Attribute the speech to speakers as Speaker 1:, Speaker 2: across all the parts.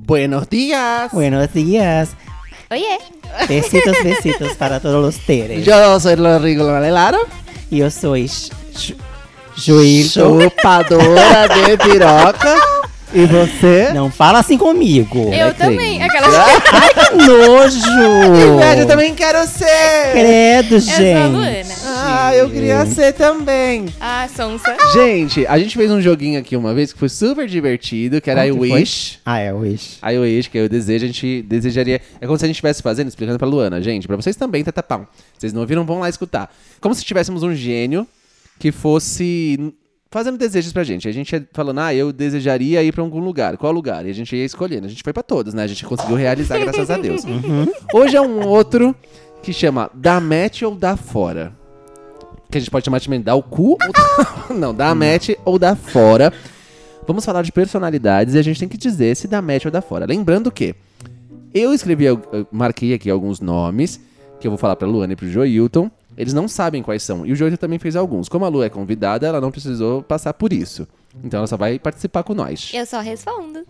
Speaker 1: Buenos días.
Speaker 2: Buenos días.
Speaker 3: Oye,
Speaker 2: Besitos, besitos para todos los teres.
Speaker 1: Yo soy Rodrigo Valelaro,
Speaker 2: Y Yo soy Sh- Sh- Joilson.
Speaker 1: chupadora de piroca. E você?
Speaker 2: Não fala assim comigo.
Speaker 3: eu
Speaker 1: Sim.
Speaker 3: também.
Speaker 1: Ah,
Speaker 3: Aquelas
Speaker 2: Ai, que nojo.
Speaker 1: Inveja, eu também quero ser.
Speaker 2: Credo,
Speaker 3: que é a
Speaker 2: gente.
Speaker 3: Luana.
Speaker 1: Ah, eu queria ser também.
Speaker 3: Ah, Sonsa.
Speaker 1: Gente, a gente fez um joguinho aqui uma vez que foi super divertido, que era
Speaker 2: Qual
Speaker 1: I
Speaker 2: que foi?
Speaker 1: Wish.
Speaker 2: Ah, é, Wish.
Speaker 1: I Wish, que é o desejo, a gente desejaria. É como se a gente estivesse fazendo, explicando pra Luana, gente, pra vocês também, Tatapão. Vocês não ouviram, vão lá escutar. Como se tivéssemos um gênio que fosse n- fazendo desejos pra gente. A gente ia falando, ah, eu desejaria ir pra algum lugar. Qual lugar? E a gente ia escolhendo. A gente foi pra todos, né? A gente conseguiu realizar, graças a Deus. Hoje é um outro que chama Dá Match ou Dá Fora. Que a gente pode chamar de dá o cu ou dá... Não, dá match ou dá fora. Vamos falar de personalidades e a gente tem que dizer se dá match ou dá fora. Lembrando que eu escrevi, al- eu marquei aqui alguns nomes que eu vou falar pra Luana e pro Joilton. Eles não sabem quais são. E o Joilton também fez alguns. Como a Lu é convidada, ela não precisou passar por isso. Então ela só vai participar com nós.
Speaker 3: Eu só respondo.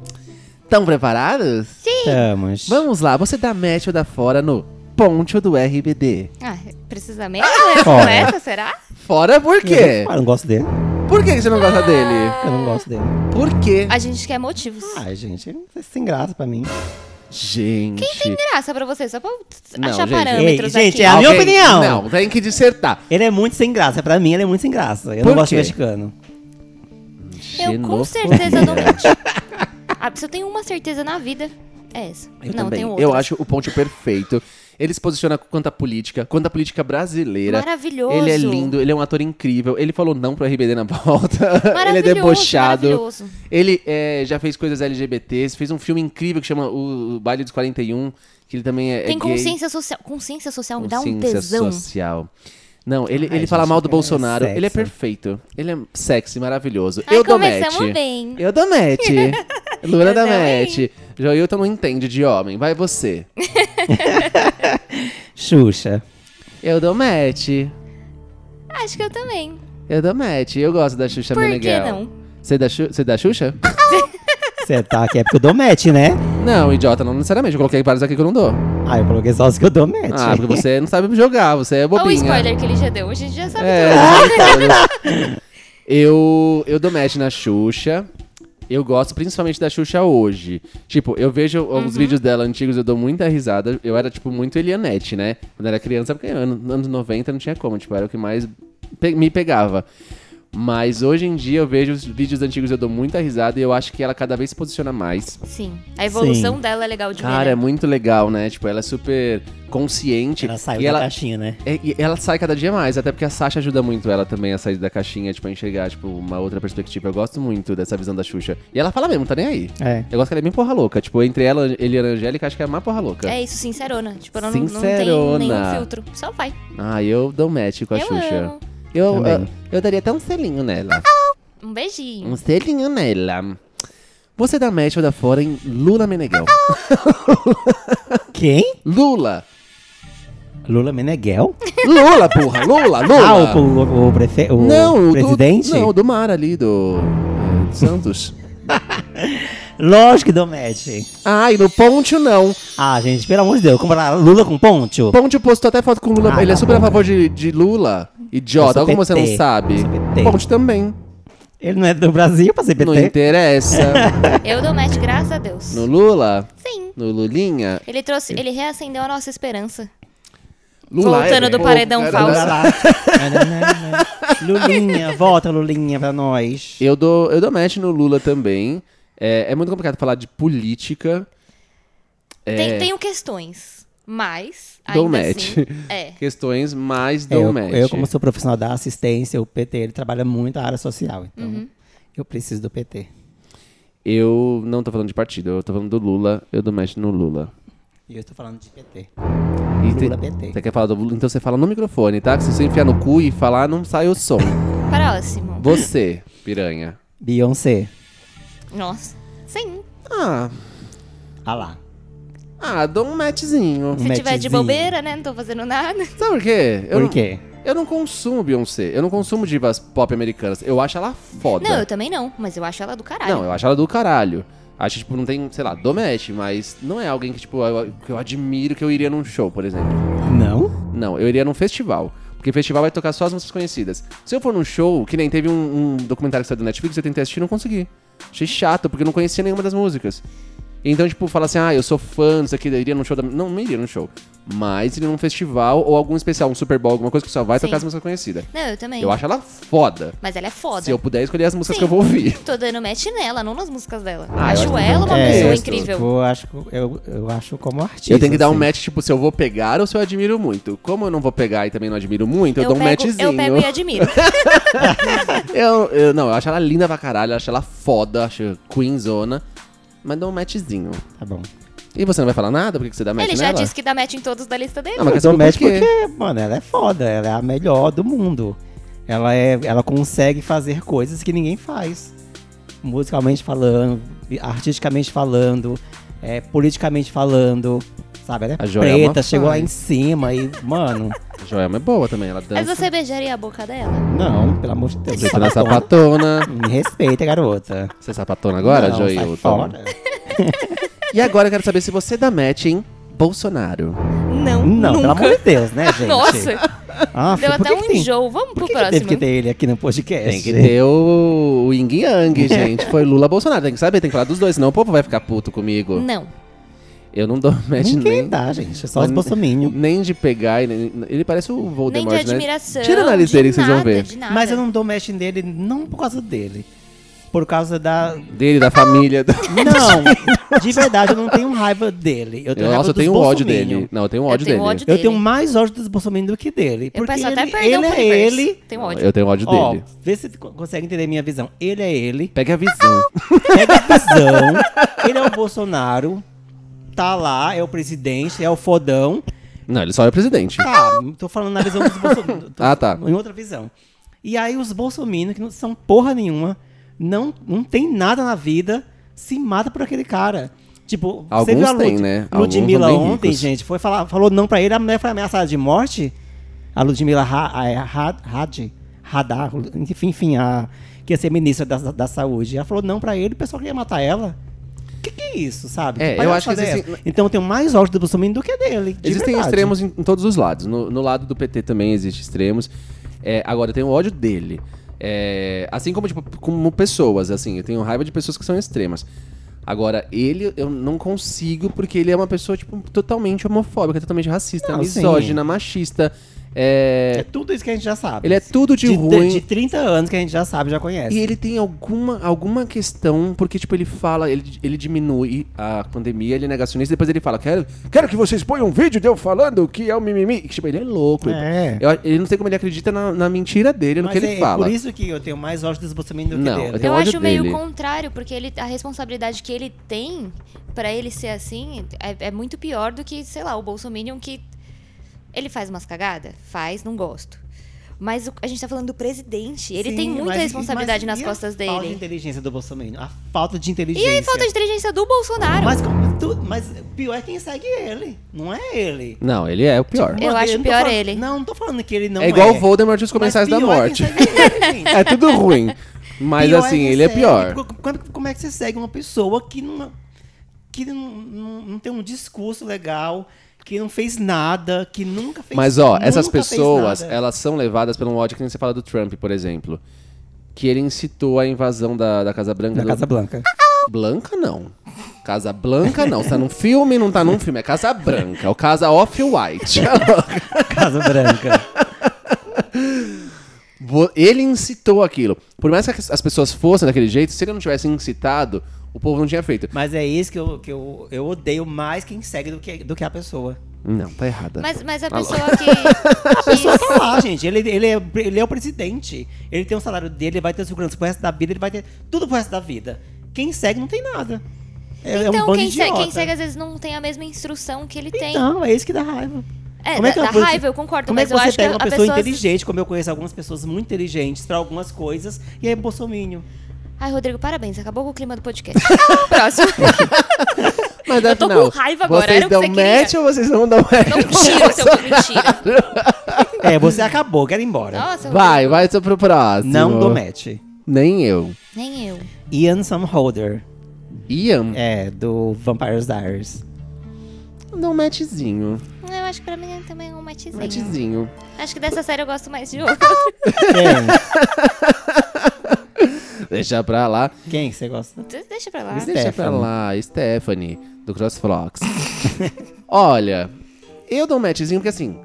Speaker 1: Estão preparados? Sim.
Speaker 2: Estamos.
Speaker 1: Vamos lá, você dá match ou dá fora no Ponte do RBD.
Speaker 3: Ah, precisa mesmo responder essa, será?
Speaker 1: Fora por quê?
Speaker 2: Ah, Eu não gosto dele.
Speaker 1: Por que que você não gosta dele?
Speaker 2: Eu não gosto dele.
Speaker 1: Por quê?
Speaker 3: A gente quer motivos.
Speaker 1: Ah.
Speaker 2: Ai, gente, isso é sem graça pra mim.
Speaker 1: Gente.
Speaker 3: Graça pra você, só pra eu t-
Speaker 1: Não,
Speaker 3: achar
Speaker 1: gente.
Speaker 3: parâmetros
Speaker 2: Ei, gente,
Speaker 3: aqui.
Speaker 2: é a minha
Speaker 1: Alguém-
Speaker 2: opinião.
Speaker 1: Não, tem que dissertar.
Speaker 2: Ele é muito sem graça. Pra mim, ele é muito sem graça. Eu
Speaker 1: Por
Speaker 2: não gosto
Speaker 1: quê?
Speaker 2: de mexicano.
Speaker 3: Eu
Speaker 1: Xenofobia.
Speaker 3: com certeza não menti. Ah, se eu tenho uma certeza na vida, é essa.
Speaker 1: Eu
Speaker 3: não,
Speaker 1: também.
Speaker 3: tenho outra.
Speaker 1: Eu acho o Ponte perfeito. Ele se posiciona quanto à política, quanto à política brasileira.
Speaker 3: Maravilhoso.
Speaker 1: Ele é lindo, ele é um ator incrível. Ele falou não pro RBD na volta. ele é
Speaker 3: Maravilhoso,
Speaker 1: debochado.
Speaker 3: maravilhoso.
Speaker 1: Ele é, já fez coisas LGBTs, fez um filme incrível que chama O, o Baile dos 41, que ele também é, é
Speaker 3: Tem
Speaker 1: gay.
Speaker 3: consciência social. Consciência social me dá um
Speaker 1: Consciência
Speaker 3: tesão.
Speaker 1: social. Não, ele,
Speaker 2: Ai,
Speaker 1: ele fala
Speaker 2: gente,
Speaker 1: mal do
Speaker 2: é
Speaker 1: Bolsonaro.
Speaker 2: sexy.
Speaker 1: Ele é perfeito. Ele é sexy, maravilhoso.
Speaker 3: Ai,
Speaker 1: eu dou
Speaker 3: começamos
Speaker 1: match.
Speaker 3: bem.
Speaker 1: Eu dou match. Luana
Speaker 3: Eu
Speaker 1: dá
Speaker 3: também.
Speaker 1: match. Joilton não entende de homem. Vai você.
Speaker 2: Xuxa.
Speaker 1: Eu dou match.
Speaker 3: Acho que eu também.
Speaker 1: Eu dou match. Eu gosto da Xuxa
Speaker 3: Por que
Speaker 1: Meneghel.
Speaker 3: não?
Speaker 1: Você dá, Xu- você dá Xuxa?
Speaker 2: Você tá aqui é porque eu dou match, né?
Speaker 1: não, idiota, não necessariamente. Eu coloquei vários aqui que eu não dou.
Speaker 2: Ah, eu coloquei só os que eu dou match.
Speaker 1: Ah, porque você não sabe jogar. Você é
Speaker 3: Olha o
Speaker 1: bobinha.
Speaker 3: spoiler que ele já deu. A gente já sabe
Speaker 1: É,
Speaker 3: tudo.
Speaker 1: sabe? eu, eu dou match na Xuxa. Eu gosto principalmente da Xuxa hoje. Tipo, eu vejo os vídeos dela antigos, eu dou muita risada. Eu era, tipo, muito Elianete, né? Quando era criança, porque ano- anos 90 não tinha como. Tipo, era o que mais pe- me pegava. Mas hoje em dia eu vejo os vídeos antigos, eu dou muita risada e eu acho que ela cada vez se posiciona mais.
Speaker 3: Sim. A evolução
Speaker 2: Sim.
Speaker 3: dela é legal de
Speaker 1: Cara,
Speaker 3: ver.
Speaker 1: é
Speaker 3: né?
Speaker 1: muito legal, né? Tipo, ela é super consciente.
Speaker 2: Ela saiu
Speaker 1: e
Speaker 2: da
Speaker 1: ela,
Speaker 2: caixinha, né?
Speaker 1: é, e ela sai cada dia mais, até porque a Sasha ajuda muito ela também a sair da caixinha, tipo, a enxergar, tipo, uma outra perspectiva. Eu gosto muito dessa visão da Xuxa. E ela fala mesmo, tá nem aí.
Speaker 2: É.
Speaker 1: Eu gosto que ela é bem porra louca. Tipo, entre ela, Eliana e Angélica, acho que é a mais porra louca.
Speaker 3: É isso, sincerona. Tipo, ela não, não
Speaker 1: Sincerona.
Speaker 3: tem nenhum filtro. Só vai.
Speaker 1: Ah, eu dou match com a
Speaker 3: eu
Speaker 1: Xuxa.
Speaker 3: amo.
Speaker 1: Eu,
Speaker 2: Também.
Speaker 1: eu, eu daria até um selinho nela.
Speaker 3: Um beijinho.
Speaker 1: Um selinho nela. Você dá match ou dá fora em Lula Meneghel.
Speaker 2: Quem?
Speaker 1: Lula!
Speaker 2: Lula Meneghel?
Speaker 1: Lula, porra! Lula, Lula!
Speaker 2: Ah, o, o, o, prefe- o
Speaker 1: não, o
Speaker 2: presidente?
Speaker 1: Do, não, o do Mar ali, do, eh, do Santos.
Speaker 2: Lógico que dou match.
Speaker 1: Ai, no Ponte não.
Speaker 2: Ah, gente, pelo amor de Deus, comparar Lula com Pontio?
Speaker 1: Ponte postou tipo, até foto com o Lula.
Speaker 2: Ah,
Speaker 1: ele é
Speaker 2: tá
Speaker 1: super a
Speaker 2: bom.
Speaker 1: favor de, de Lula. Idiota,
Speaker 2: Eu sou
Speaker 1: como você não
Speaker 2: PT.
Speaker 1: sabe.
Speaker 2: Eu sou PT.
Speaker 1: Ponte também.
Speaker 2: Ele não é do Brasil pra ser PT?
Speaker 1: Não interessa.
Speaker 3: Eu dou match, graças a Deus.
Speaker 1: no Lula,
Speaker 3: Sim.
Speaker 1: no Lulinha.
Speaker 3: Ele trouxe, ele reacendeu a nossa esperança.
Speaker 1: Lula é
Speaker 3: Voltando do
Speaker 1: bom,
Speaker 3: paredão
Speaker 1: cara. né?
Speaker 3: falso.
Speaker 2: Bora lá. Nananana. Lulinha, volta Lulinha pra nós.
Speaker 1: Eu dou, eu dou match no Lula também. É, é muito complicado falar de política. É,
Speaker 3: Tem, tenho questões, mas
Speaker 1: Dou
Speaker 3: ainda
Speaker 1: match.
Speaker 3: assim, é.
Speaker 1: Questões, mas
Speaker 2: É,
Speaker 1: dou
Speaker 2: eu,
Speaker 1: match.
Speaker 2: eu, como sou profissional da assistência, o PT ele trabalha muito a área social. Então, eu preciso do PT.
Speaker 1: Eu não tô falando de partido, eu tô falando do Lula. Eu dou match no Lula.
Speaker 2: E eu estou falando de PT.
Speaker 1: E
Speaker 2: Lula,
Speaker 1: tem-
Speaker 2: PT.
Speaker 1: Você quer falar do Lula? Então você fala no microfone, tá? Que se você enfiar no cu e falar, não sai o som.
Speaker 3: Próximo.
Speaker 1: Você, piranha.
Speaker 2: Beyoncé.
Speaker 3: Nossa. Sim.
Speaker 1: Ah,
Speaker 2: Ah lá.
Speaker 1: ah, dou um matchzinho.
Speaker 3: Se tiver de
Speaker 2: matchzinho.
Speaker 3: bobeira, né? Não tô fazendo nada.
Speaker 1: Sabe por quê? Eu
Speaker 2: Por
Speaker 1: não-
Speaker 2: quê?
Speaker 1: eu não consumo Beyoncé. Eu não consumo divas pop americanas. Eu acho ela foda.
Speaker 3: Não, eu também não, mas eu acho ela do caralho.
Speaker 1: Não, eu acho ela do caralho. A gente, tipo, não tem, sei lá, domete, mas não é alguém que, tipo, eu, que eu admiro que eu iria num show, por exemplo.
Speaker 2: Não?
Speaker 1: Não, eu iria num festival. Porque festival vai tocar só as músicas conhecidas. Se eu for num show, que nem teve um, um documentário que saiu do Netflix, eu tentei assistir e não consegui. Achei chato, porque eu não conhecia nenhuma das músicas. Então, tipo, fala assim, ah, eu sou fã disso aqui, eu iria num show da... Não, não iria num show. Mas iria num festival ou algum especial, um Super Bowl, alguma coisa que só vai
Speaker 3: Sim.
Speaker 1: tocar as músicas conhecidas.
Speaker 3: Não, eu também.
Speaker 1: Eu acho ela foda.
Speaker 3: Mas ela é foda.
Speaker 1: Se eu puder escolher as músicas
Speaker 3: Sim.
Speaker 1: que eu vou ouvir.
Speaker 3: Tô dando match nela, não nas músicas dela.
Speaker 1: Ah, eu acho
Speaker 3: acho
Speaker 1: que
Speaker 3: ela uma
Speaker 1: é,
Speaker 3: pessoa
Speaker 1: eu-
Speaker 3: incrível.
Speaker 2: Eu acho, eu, eu acho como artista.
Speaker 1: Eu tenho que dar um
Speaker 2: assim.
Speaker 1: match, tipo, se eu vou pegar ou se eu admiro muito. Como eu não vou pegar e também não admiro muito, eu, dou um
Speaker 3: pego,
Speaker 1: matchzinho.
Speaker 3: eu pego e admiro.
Speaker 1: Eu, eu- não, eu acho ela linda pra caralho, eu acho ela foda, acho queenzona. Mas dou um matchzinho.
Speaker 2: Tá bom.
Speaker 1: E você não vai falar nada? Por que que você dá match
Speaker 3: Ele já
Speaker 1: nela?
Speaker 3: disse que dá match em todos da lista dele.
Speaker 1: Não, mas
Speaker 2: Eu
Speaker 1: quer saber
Speaker 2: dou um
Speaker 1: por
Speaker 2: match
Speaker 1: quê?
Speaker 2: porque, mano, ela é foda, ela é a melhor do mundo. Ela, é, ela consegue fazer coisas que ninguém faz. Musicalmente falando, artisticamente falando, é, politicamente falando. Sabe, ela é
Speaker 1: A Joelma
Speaker 2: preta, chegou lá
Speaker 1: faz.
Speaker 2: em cima e, mano,
Speaker 1: Joelma é boa também, ela dança.
Speaker 3: Mas você beijaria a boca dela?
Speaker 2: não, pelo amor de Deus.
Speaker 1: Você tá
Speaker 2: sapatona.
Speaker 1: sapatona.
Speaker 2: Me respeita, garota.
Speaker 1: Você é sapatona agora,
Speaker 2: não, sai
Speaker 1: Joelma?
Speaker 2: fora.
Speaker 1: E agora eu quero saber se você dá match em Bolsonaro.
Speaker 3: Não,
Speaker 2: Não, pelo
Speaker 3: nunca.
Speaker 2: amor de Deus, né, gente?
Speaker 3: Nossa,
Speaker 2: Ah,
Speaker 3: deu
Speaker 2: por
Speaker 3: até
Speaker 2: que
Speaker 3: um
Speaker 2: que tem-
Speaker 3: enjoo. Vamos
Speaker 2: Por
Speaker 3: pro
Speaker 2: que que
Speaker 3: próximo.
Speaker 2: teve que ter ele aqui no podcast?
Speaker 1: Tem que ter o, o Ying Yang, gente. Foi Lula Bolsonaro. Tem que saber, tem que falar dos dois, senão o povo vai ficar puto comigo.
Speaker 3: Não.
Speaker 1: Eu não dou match
Speaker 2: Ninguém
Speaker 1: nem,
Speaker 2: dá, gente. É só os
Speaker 1: Mas-
Speaker 2: bolsominhos.
Speaker 1: nem de pegar. e nem- ele parece o
Speaker 3: Nem
Speaker 2: é-
Speaker 1: Voldemort,
Speaker 3: de
Speaker 1: né?
Speaker 3: admiração.
Speaker 1: Tira a análise
Speaker 3: de
Speaker 1: dele que vocês vão
Speaker 3: nada,
Speaker 1: ver.
Speaker 3: de nada.
Speaker 2: Mas eu não dou match nele, não por causa dele. Por causa da.
Speaker 1: Dele, da família. da-
Speaker 2: Não! de verdade, eu não tenho raiva dele. Eu tenho raiva
Speaker 1: Nossa, eu
Speaker 2: dos
Speaker 1: tenho ódio
Speaker 2: bolsominion.
Speaker 1: dele. Não, eu tenho
Speaker 3: Eu
Speaker 1: ódio
Speaker 3: tenho
Speaker 1: dele.
Speaker 3: ódio
Speaker 2: Eu
Speaker 3: dele.
Speaker 2: tenho mais ódio dos bolsominions do que dele.
Speaker 3: Eu
Speaker 2: Porque
Speaker 3: peço
Speaker 2: ele,
Speaker 3: até perdão
Speaker 2: ele
Speaker 3: pro
Speaker 2: é
Speaker 3: universo.
Speaker 2: ele.
Speaker 3: Tenho ódio.
Speaker 1: Eu tenho ódio
Speaker 2: Ó,
Speaker 1: dele.
Speaker 2: vê se tu co- consegue entender minha visão. Ele é ele.
Speaker 1: Pega a visão.
Speaker 2: Pega a visão. ele é o Bolsonaro. Tá lá, é o presidente, é o fodão.
Speaker 1: Não, ele só é o presidente.
Speaker 2: Tá, tô falando na visão dos bolsominions.
Speaker 1: Ah, tá.
Speaker 2: Em outra visão. E aí os bolsominions, que não são porra nenhuma, não, não tem nada na vida, se mata por aquele cara. Tipo, você
Speaker 1: Alguns
Speaker 2: viu a
Speaker 1: têm,
Speaker 2: Lud-
Speaker 1: né? Alguns
Speaker 2: Ludmilla
Speaker 1: são bem
Speaker 2: ontem,
Speaker 1: ricos.
Speaker 2: gente, foi falar, falou não pra ele, a mulher foi ameaçada de morte. A Ludmilla Ra- a- é, a- Ra- Rad, Radar, enfim, enfim, a, que ia ser ministra da, da saúde. Ela falou não pra ele, o pessoal queria matar ela. Que que é isso, sabe?
Speaker 1: É,
Speaker 2: Que
Speaker 1: eu acho que
Speaker 2: palhaçada é
Speaker 1: existem-
Speaker 2: essa? Então eu tenho mais ódio do Bolsonaro do que dele. de
Speaker 1: Existem
Speaker 2: verdade.
Speaker 1: extremos em, em todos os lados. No, no lado do PT também existe extremos. É, agora, eu tenho ódio dele. É, assim como, tipo, como pessoas, assim, eu tenho raiva de pessoas que são extremas. Agora, ele eu não consigo, porque ele é uma pessoa, tipo, totalmente homofóbica, totalmente racista,
Speaker 2: Não, sim.
Speaker 1: misógina, machista.
Speaker 2: É
Speaker 1: É,
Speaker 2: tudo isso que a gente já sabe.
Speaker 1: ele é tudo de,
Speaker 2: de,
Speaker 1: ruim.
Speaker 2: de 30 anos que a gente já sabe, já
Speaker 1: E
Speaker 2: conhece.
Speaker 1: ele tem alguma, alguma questão, porque, tipo, ele fala, ele, ele diminui a pandemia, ele é negacionista, depois ele fala, quero, quero que vocês ponham um vídeo de eu falando que é o mimimi. E, Tipo, ele é louco.
Speaker 2: É.
Speaker 1: Eu, ele não sei como ele acredita na, na mentira dele, no
Speaker 2: Mas
Speaker 1: que ele
Speaker 2: é
Speaker 1: fala.
Speaker 2: por isso que eu tenho mais ódio dos Bolsonaro do que
Speaker 1: Não, eu
Speaker 2: dele.
Speaker 1: tenho
Speaker 3: Eu
Speaker 1: ódio
Speaker 3: acho meio
Speaker 1: dele.
Speaker 3: contrário, porque ele, a responsabilidade que ele tem pra ele ser assim é, é muito pior do que, sei lá, o Bolsominion que. Ele faz umas cagadas? Faz, não gosto. Mas o- a gente tá falando do presidente. Ele
Speaker 2: Sim,
Speaker 3: tem muita
Speaker 2: mas-
Speaker 3: responsabilidade
Speaker 2: mas
Speaker 3: nas
Speaker 2: e
Speaker 3: costas
Speaker 2: a falta de
Speaker 3: dele.
Speaker 2: inteligência do Bolsonaro. A falta de
Speaker 3: E
Speaker 2: inteligência.
Speaker 3: aí, falta de inteligência do Bolsonaro.
Speaker 2: Mas, como tu- mas pior é quem segue ele. Não é ele.
Speaker 1: Não, ele é o pior.
Speaker 3: Eu
Speaker 2: Mano,
Speaker 3: acho
Speaker 2: não tô
Speaker 3: pior
Speaker 2: falando-
Speaker 3: ele.
Speaker 2: Não, não tô falando que ele Tipo, não é.
Speaker 1: é igual o Voldemort e os
Speaker 2: Mas
Speaker 1: Comensais da
Speaker 2: pior é
Speaker 1: Morte.
Speaker 2: quem segue ele, gente.
Speaker 1: É tudo ruim. Mas,
Speaker 2: Pior
Speaker 1: assim,
Speaker 2: quem
Speaker 1: ele é
Speaker 2: segue.
Speaker 1: pior.
Speaker 2: Co- Como, como é que você segue uma pessoa que não, que não, não, não tem um discurso legal, que não fez nada, que nunca fez
Speaker 1: Mas ó, essas
Speaker 2: nunca fez
Speaker 1: pessoas,
Speaker 2: nada?
Speaker 1: elas são levadas pelo ódio que nem você fala do Trump, por exemplo. Que ele incitou a invasão da, da Casa Branca.
Speaker 2: Na
Speaker 1: do-
Speaker 2: Casa Blanca.
Speaker 1: Blanca não. Casa Blanca não. Você tá num filme, não tá num filme. É Casa Branca. É o Casa Off-White.
Speaker 2: Casa Branca.
Speaker 1: Vo- ele incitou aquilo. Por mais que as pessoas fossem daquele jeito, se ele não tivesse incitado, o povo não tinha feito.
Speaker 2: Mas é isso que, eu, que eu, eu odeio mais quem segue do que, do que a pessoa.
Speaker 1: Não, tá errada.
Speaker 3: Mas, mas a
Speaker 1: Alô.
Speaker 3: pessoa que.
Speaker 2: Só tá lá, gente. Ele, ele, é, ele é o presidente. Ele tem o salário dele, ele vai ter segurança pro resto da vida, ele vai ter tudo pro resto da vida. Quem segue não tem nada. É, é
Speaker 3: então,
Speaker 2: um bando
Speaker 3: quem,
Speaker 2: de
Speaker 3: segue,
Speaker 2: idiota.
Speaker 3: quem segue às vezes não tem a mesma instrução que ele tem.
Speaker 2: Então, é isso que dá raiva.
Speaker 3: É,
Speaker 2: Como
Speaker 3: da-
Speaker 2: que eu
Speaker 3: da
Speaker 2: vou-
Speaker 3: raiva, eu concordo,
Speaker 2: Como
Speaker 3: mas
Speaker 2: é que
Speaker 3: eu
Speaker 2: você
Speaker 3: acho que
Speaker 2: pega uma
Speaker 3: a- a
Speaker 2: pessoa
Speaker 3: pessoa-
Speaker 2: inteligente, como eu conheço algumas pessoas muito inteligentes pra algumas coisas, e aí é bolsominion.
Speaker 3: Ai, Rodrigo, parabéns. Acabou com o clima do podcast. Próximo.
Speaker 1: Mas
Speaker 3: eu tô com raiva agora,
Speaker 1: Vocês
Speaker 3: era o que
Speaker 1: dão
Speaker 3: você queria.
Speaker 1: match ou vocês não dão match?
Speaker 3: Não tira, seu mentira.
Speaker 2: É, você acabou, quero ir embora.
Speaker 3: Nossa,
Speaker 1: Vai,
Speaker 3: Rodrigo.
Speaker 1: vai só pro próximo.
Speaker 2: Não do match.
Speaker 1: Nem eu.
Speaker 3: Nem eu.
Speaker 2: Ian Samholder.
Speaker 1: Ian,
Speaker 4: É, do Vampires Diaries.
Speaker 1: não um matchzinho.
Speaker 3: Eu acho que pra mim é também um matizinho.
Speaker 1: Matchzinho.
Speaker 3: Acho que dessa série eu gosto mais de outro.
Speaker 4: Quem?
Speaker 1: Deixa pra lá.
Speaker 4: Quem que você gosta?
Speaker 3: De- Deixa pra lá.
Speaker 1: Mas é- deixa pra lá, Stephanie, do CrossFlox. Olha, eu dou um matchzinho porque assim.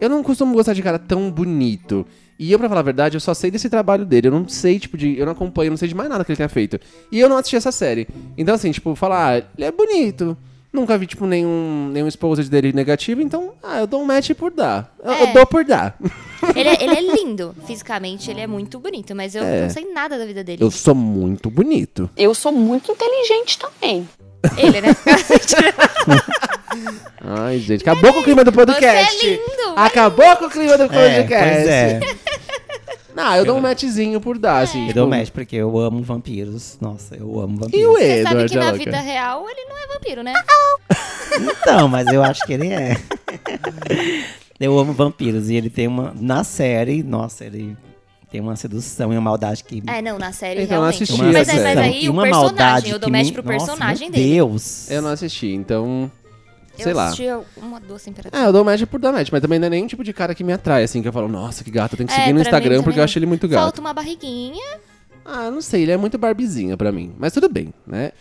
Speaker 1: Eu não costumo gostar de cara tão bonito. E eu, pra falar a verdade, eu só sei desse trabalho dele. Eu não sei, tipo, de. Eu não acompanho, eu não sei de mais nada que ele tenha feito. E eu não assisti essa série. Então, assim, tipo, falar, ah, ele é bonito. Nunca vi, tipo, nenhum, nenhum exposed dele negativo, então, ah, eu dou um match por dar. Eu, eu
Speaker 3: É.
Speaker 1: dou por dar.
Speaker 3: Ele é, ele é lindo. Fisicamente, ele é muito bonito, mas eu não sei nada da vida dele.
Speaker 1: É. Eu sou muito bonito.
Speaker 5: Eu sou muito inteligente também.
Speaker 3: Ele, né?
Speaker 1: Ai, gente, acabou com o clima do podcast. Ah,
Speaker 3: Você é lindo, mas-
Speaker 1: Acabou com o clima do
Speaker 4: É,
Speaker 1: podcast.
Speaker 4: pois é.
Speaker 1: Não, eu dou um matchzinho por dar, assim.
Speaker 4: Eu
Speaker 1: tipo,
Speaker 4: dou um match porque eu amo vampiros. Nossa, eu amo
Speaker 1: E
Speaker 4: vampiros.
Speaker 1: o
Speaker 3: Você sabe
Speaker 1: Edward,
Speaker 3: que na
Speaker 1: Aloca?
Speaker 3: vida real ele não é vampiro, né?
Speaker 4: Então, mas eu acho que ele é. Eu amo vampiros e ele tem uma. Na série, nossa, ele tem uma sedução e uma maldade que.
Speaker 3: É, não, na série
Speaker 1: Então, eu não
Speaker 3: realmente.
Speaker 1: assisti
Speaker 4: uma
Speaker 3: mas,
Speaker 1: essa
Speaker 3: aí, mas
Speaker 1: série.
Speaker 3: aí
Speaker 4: e
Speaker 3: o
Speaker 4: uma
Speaker 3: personagem,
Speaker 4: maldade
Speaker 3: eu dou
Speaker 4: que
Speaker 3: match
Speaker 4: me-
Speaker 3: pro
Speaker 4: nossa,
Speaker 3: personagem
Speaker 4: meu
Speaker 3: dele.
Speaker 4: Deus!
Speaker 1: Eu não assisti, então.
Speaker 3: Eu
Speaker 1: sei lá.
Speaker 3: assisti uma, duas temporadas.
Speaker 1: Ah, eu dou match por dar match, mas também não é nenhum tipo de cara que me atrai, assim, que eu falo, nossa, que gato, eu tenho que
Speaker 3: É,
Speaker 1: seguir no
Speaker 3: pra mim
Speaker 1: Instagram
Speaker 3: também
Speaker 1: porque eu
Speaker 3: não.
Speaker 1: acho ele muito gato.
Speaker 3: Falta um uma barriguinha.
Speaker 1: Ah, não sei, ele é muito barbizinha pra mim, mas tudo bem, né?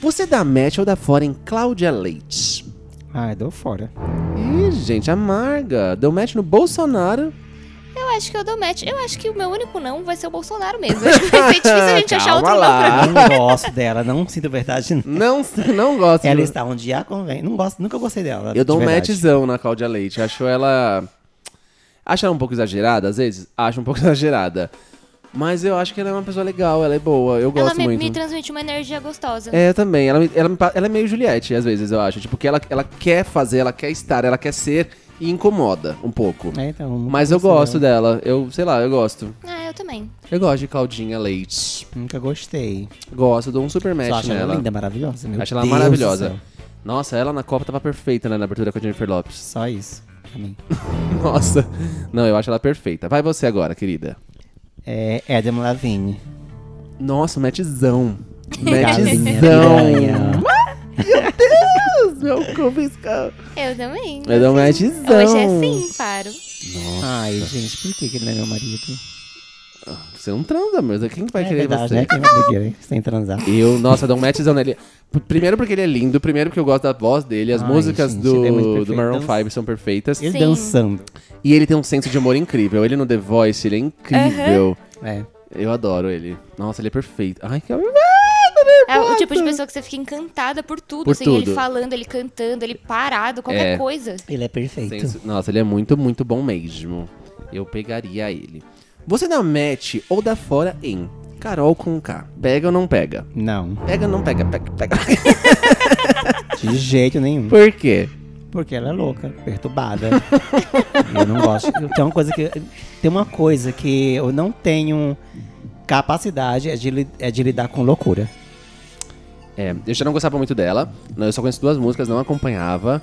Speaker 1: Você dá match ou dá fora em Cláudia Leite?
Speaker 4: Ai, dou fora.
Speaker 1: Ih, gente, amarga. Deu match no Bolsonaro.
Speaker 3: Eu acho que eu dou match. Eu acho que o meu único não vai ser o Bolsonaro mesmo. Acho que vai ser É difícil a gente achar
Speaker 1: Calma
Speaker 3: outro não pra
Speaker 1: lá.
Speaker 3: mim.
Speaker 1: Ah.
Speaker 4: Não gosto dela, não sinto verdade. não.
Speaker 1: Não, não gosto.
Speaker 4: Ela
Speaker 1: de-
Speaker 4: está onde há convém. Não gosto, nunca gostei dela.
Speaker 1: Eu dou
Speaker 4: de
Speaker 1: um
Speaker 4: verdade.
Speaker 1: matchzão na Cláudia Leite. Acho ela. Acho ela um pouco exagerada, às vezes? Acho um pouco exagerada. Mas eu acho que ela é uma pessoa legal, ela é boa, eu
Speaker 3: Ela
Speaker 1: gosto
Speaker 3: me,
Speaker 1: muito.
Speaker 3: me transmite uma energia gostosa.
Speaker 1: É, eu também. Ela, me- ela, me pa- ela é meio Juliette, às vezes, eu acho. Tipo, que ela, ela quer fazer, ela quer estar, ela quer ser e incomoda um pouco.
Speaker 4: É, então, nunca
Speaker 1: Mas eu
Speaker 4: gostei
Speaker 1: gosto dela. Eu, sei lá, eu gosto.
Speaker 3: Ah, eu também.
Speaker 1: Eu gosto de Claudinha Leite.
Speaker 4: dela. Nunca gostei.
Speaker 1: Gosto, dou um super
Speaker 4: Só
Speaker 1: match
Speaker 4: acho ela
Speaker 1: nela.
Speaker 4: linda, maravilhosa. Meu
Speaker 1: Acho ela
Speaker 4: Deus do
Speaker 1: maravilhosa.
Speaker 4: céu.
Speaker 1: Nossa, ela na Copa tava perfeita, né, na abertura com a Jennifer Lopes.
Speaker 4: Só isso. Pra mim.
Speaker 1: Nossa. Não, eu acho ela perfeita. Vai você agora, querida.
Speaker 4: É Adam Lavigne.
Speaker 1: Nossa, matchzão.
Speaker 4: Galinha,
Speaker 1: Matchzão.
Speaker 4: piranha.
Speaker 1: Meu cu piscando.
Speaker 3: Eu também.
Speaker 1: Eu dou um
Speaker 3: Hoje é
Speaker 1: matchzão.
Speaker 4: assim.
Speaker 3: sim, paro.
Speaker 4: Ai, gente, por que que ele não é meu marido?
Speaker 1: Você não transa, mas quem vai
Speaker 4: é
Speaker 1: querer
Speaker 4: verdade,
Speaker 1: você?
Speaker 4: né? Quem vai querer sem transar?
Speaker 1: Eu, nossa, dou um matchzão nele. P- Primeiro porque ele é lindo, primeiro porque eu gosto da voz dele, as
Speaker 4: Ai,
Speaker 1: músicas
Speaker 4: gente, ele é muito
Speaker 1: do,
Speaker 4: perfeito.
Speaker 1: do Maroon
Speaker 4: Dança.
Speaker 1: 5 são perfeitas.
Speaker 4: Ele
Speaker 3: Sim.
Speaker 4: dançando.
Speaker 1: E ele tem um senso de humor incrível. Ele no The Voice, ele é incrível.
Speaker 4: É.
Speaker 1: Eu adoro ele. Nossa, ele é perfeito. Ai, que né?
Speaker 3: É o tipo de pessoa que você fica encantada por tudo.
Speaker 1: Por
Speaker 3: assim, ele
Speaker 1: tudo.
Speaker 3: falando, ele cantando, ele parado, qualquer
Speaker 1: É.
Speaker 3: coisa.
Speaker 4: Ele é perfeito.
Speaker 1: Senso- Nossa, ele é muito, muito bom mesmo. Eu pegaria ele. Você dá match ou dá fora em Carol com K. Pega ou não pega?
Speaker 4: Não,
Speaker 1: Pega ou não pega? Pega, pega.
Speaker 4: de jeito nenhum.
Speaker 1: Por quê?
Speaker 4: Porque ela é louca, perturbada. eu não gosto. Tem uma coisa que tem uma coisa que eu não tenho capacidade é de, li- é de lidar com loucura.
Speaker 1: É, eu já não gostava muito dela. Eu só conheço duas músicas, não acompanhava.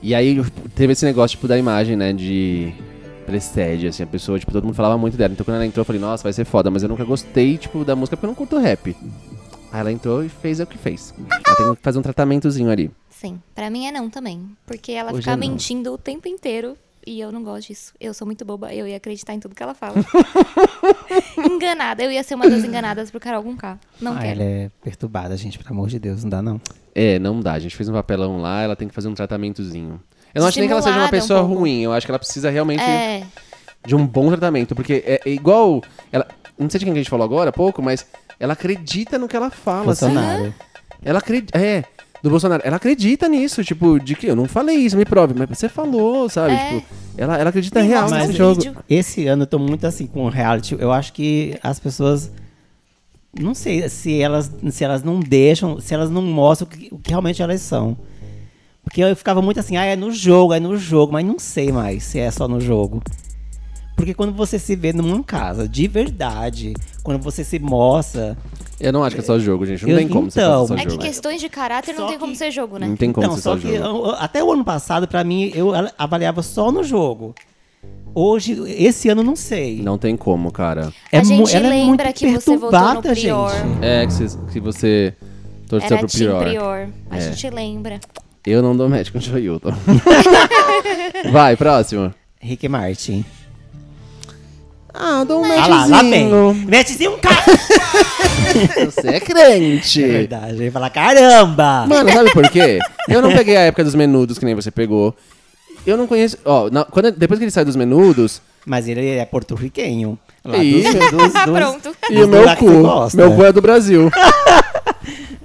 Speaker 1: E aí teve esse negócio, tipo, da imagem, né? De prestédio, assim, a pessoa, tipo, todo mundo falava muito dela. Então quando ela entrou, eu falei, nossa, vai ser foda, mas eu nunca gostei, tipo, da música porque eu não curto rap. Aí ela entrou e fez o que fez. Ela tem que fazer um tratamentozinho ali.
Speaker 3: Sim, pra mim é não também. Porque ela
Speaker 1: Hoje
Speaker 3: fica
Speaker 1: é não.
Speaker 3: mentindo o tempo inteiro. E eu não gosto disso. Eu sou muito boba, eu ia acreditar em tudo que ela fala. Enganada, eu ia ser uma das enganadas pro Carol com K. Não
Speaker 4: Ah,
Speaker 3: quero.
Speaker 4: ela é perturbada, gente, pelo amor de Deus, não dá não.
Speaker 1: É, não dá. A gente fez um papelão lá, ela tem que fazer um tratamentozinho. Eu não acho nem que ela seja uma
Speaker 3: Estimulada um
Speaker 1: pessoa
Speaker 3: pouco.
Speaker 1: ruim, eu acho que ela precisa realmente
Speaker 3: É,
Speaker 1: de um bom tratamento. Porque é, é igual. Ela, não sei de quem que a gente falou agora há pouco, mas ela acredita no que ela fala, assim.
Speaker 4: Bolsonaro.
Speaker 1: Ela acredita. É, do Bolsonaro. Ela acredita nisso, tipo, de que eu não falei isso, me prove. Mas você falou, sabe?
Speaker 3: É.
Speaker 1: Tipo, ela, ela acredita
Speaker 3: Me
Speaker 1: real
Speaker 3: mostra
Speaker 1: nesse
Speaker 4: um
Speaker 1: jogo.
Speaker 3: vídeo.
Speaker 4: Esse ano eu tô muito assim com reality. Eu acho que as pessoas. Não sei se elas, se elas não deixam, se elas não mostram o que, o que realmente elas são. Porque eu ficava muito assim, ah, é no jogo, é no jogo, mas não sei mais se é só no jogo. Porque quando você se vê numa casa, de verdade, quando você se mostra.
Speaker 1: Eu não acho que é só jogo, gente. Não
Speaker 4: Eu-
Speaker 1: tem como você
Speaker 4: então,
Speaker 1: fazer
Speaker 3: é
Speaker 1: só
Speaker 3: que
Speaker 1: jogo.
Speaker 3: questões de caráter não
Speaker 4: Só
Speaker 3: tem como
Speaker 4: que-
Speaker 3: ser jogo, né?
Speaker 1: Não tem como
Speaker 4: então,
Speaker 1: ser
Speaker 4: só
Speaker 1: só
Speaker 4: que
Speaker 1: jogo.
Speaker 4: eu- eu- até o ano passado, pra mim, eu a- avaliava só no jogo. Hoje, esse ano, não sei. É
Speaker 1: Não tem como, cara.
Speaker 3: A gente
Speaker 4: mu- ela
Speaker 3: lembra
Speaker 4: muito
Speaker 3: que você votou no
Speaker 4: perturbada,
Speaker 3: Prior.
Speaker 4: gente.
Speaker 1: É que, vocês- que você Torceu
Speaker 3: Era
Speaker 1: pro
Speaker 3: Tim
Speaker 1: Prior.
Speaker 3: Prior. A
Speaker 1: É.
Speaker 3: gente lembra.
Speaker 1: Eu não dou match com o Joe Hilton. Vai, próximo.
Speaker 4: Rick Martin.
Speaker 1: Ah, dou um
Speaker 4: Ah lá, lá tem. Matchzinho, cara.
Speaker 1: Você é crente.
Speaker 4: É verdade. Ele fala, caramba.
Speaker 1: Mano, sabe por quê? Eu não peguei a época dos menudos, que nem você pegou. Eu não conheço. Ó, na- quando, depois que ele sai dos menudos.
Speaker 4: Mas ele é porto-riquenho. Lá
Speaker 1: Ih.
Speaker 4: dos, dos, dos,
Speaker 3: Pronto.
Speaker 1: E o
Speaker 4: dos
Speaker 1: meu
Speaker 4: lugares que tu
Speaker 1: cu.
Speaker 4: gosta. né?
Speaker 1: Meu cu é do Brasil.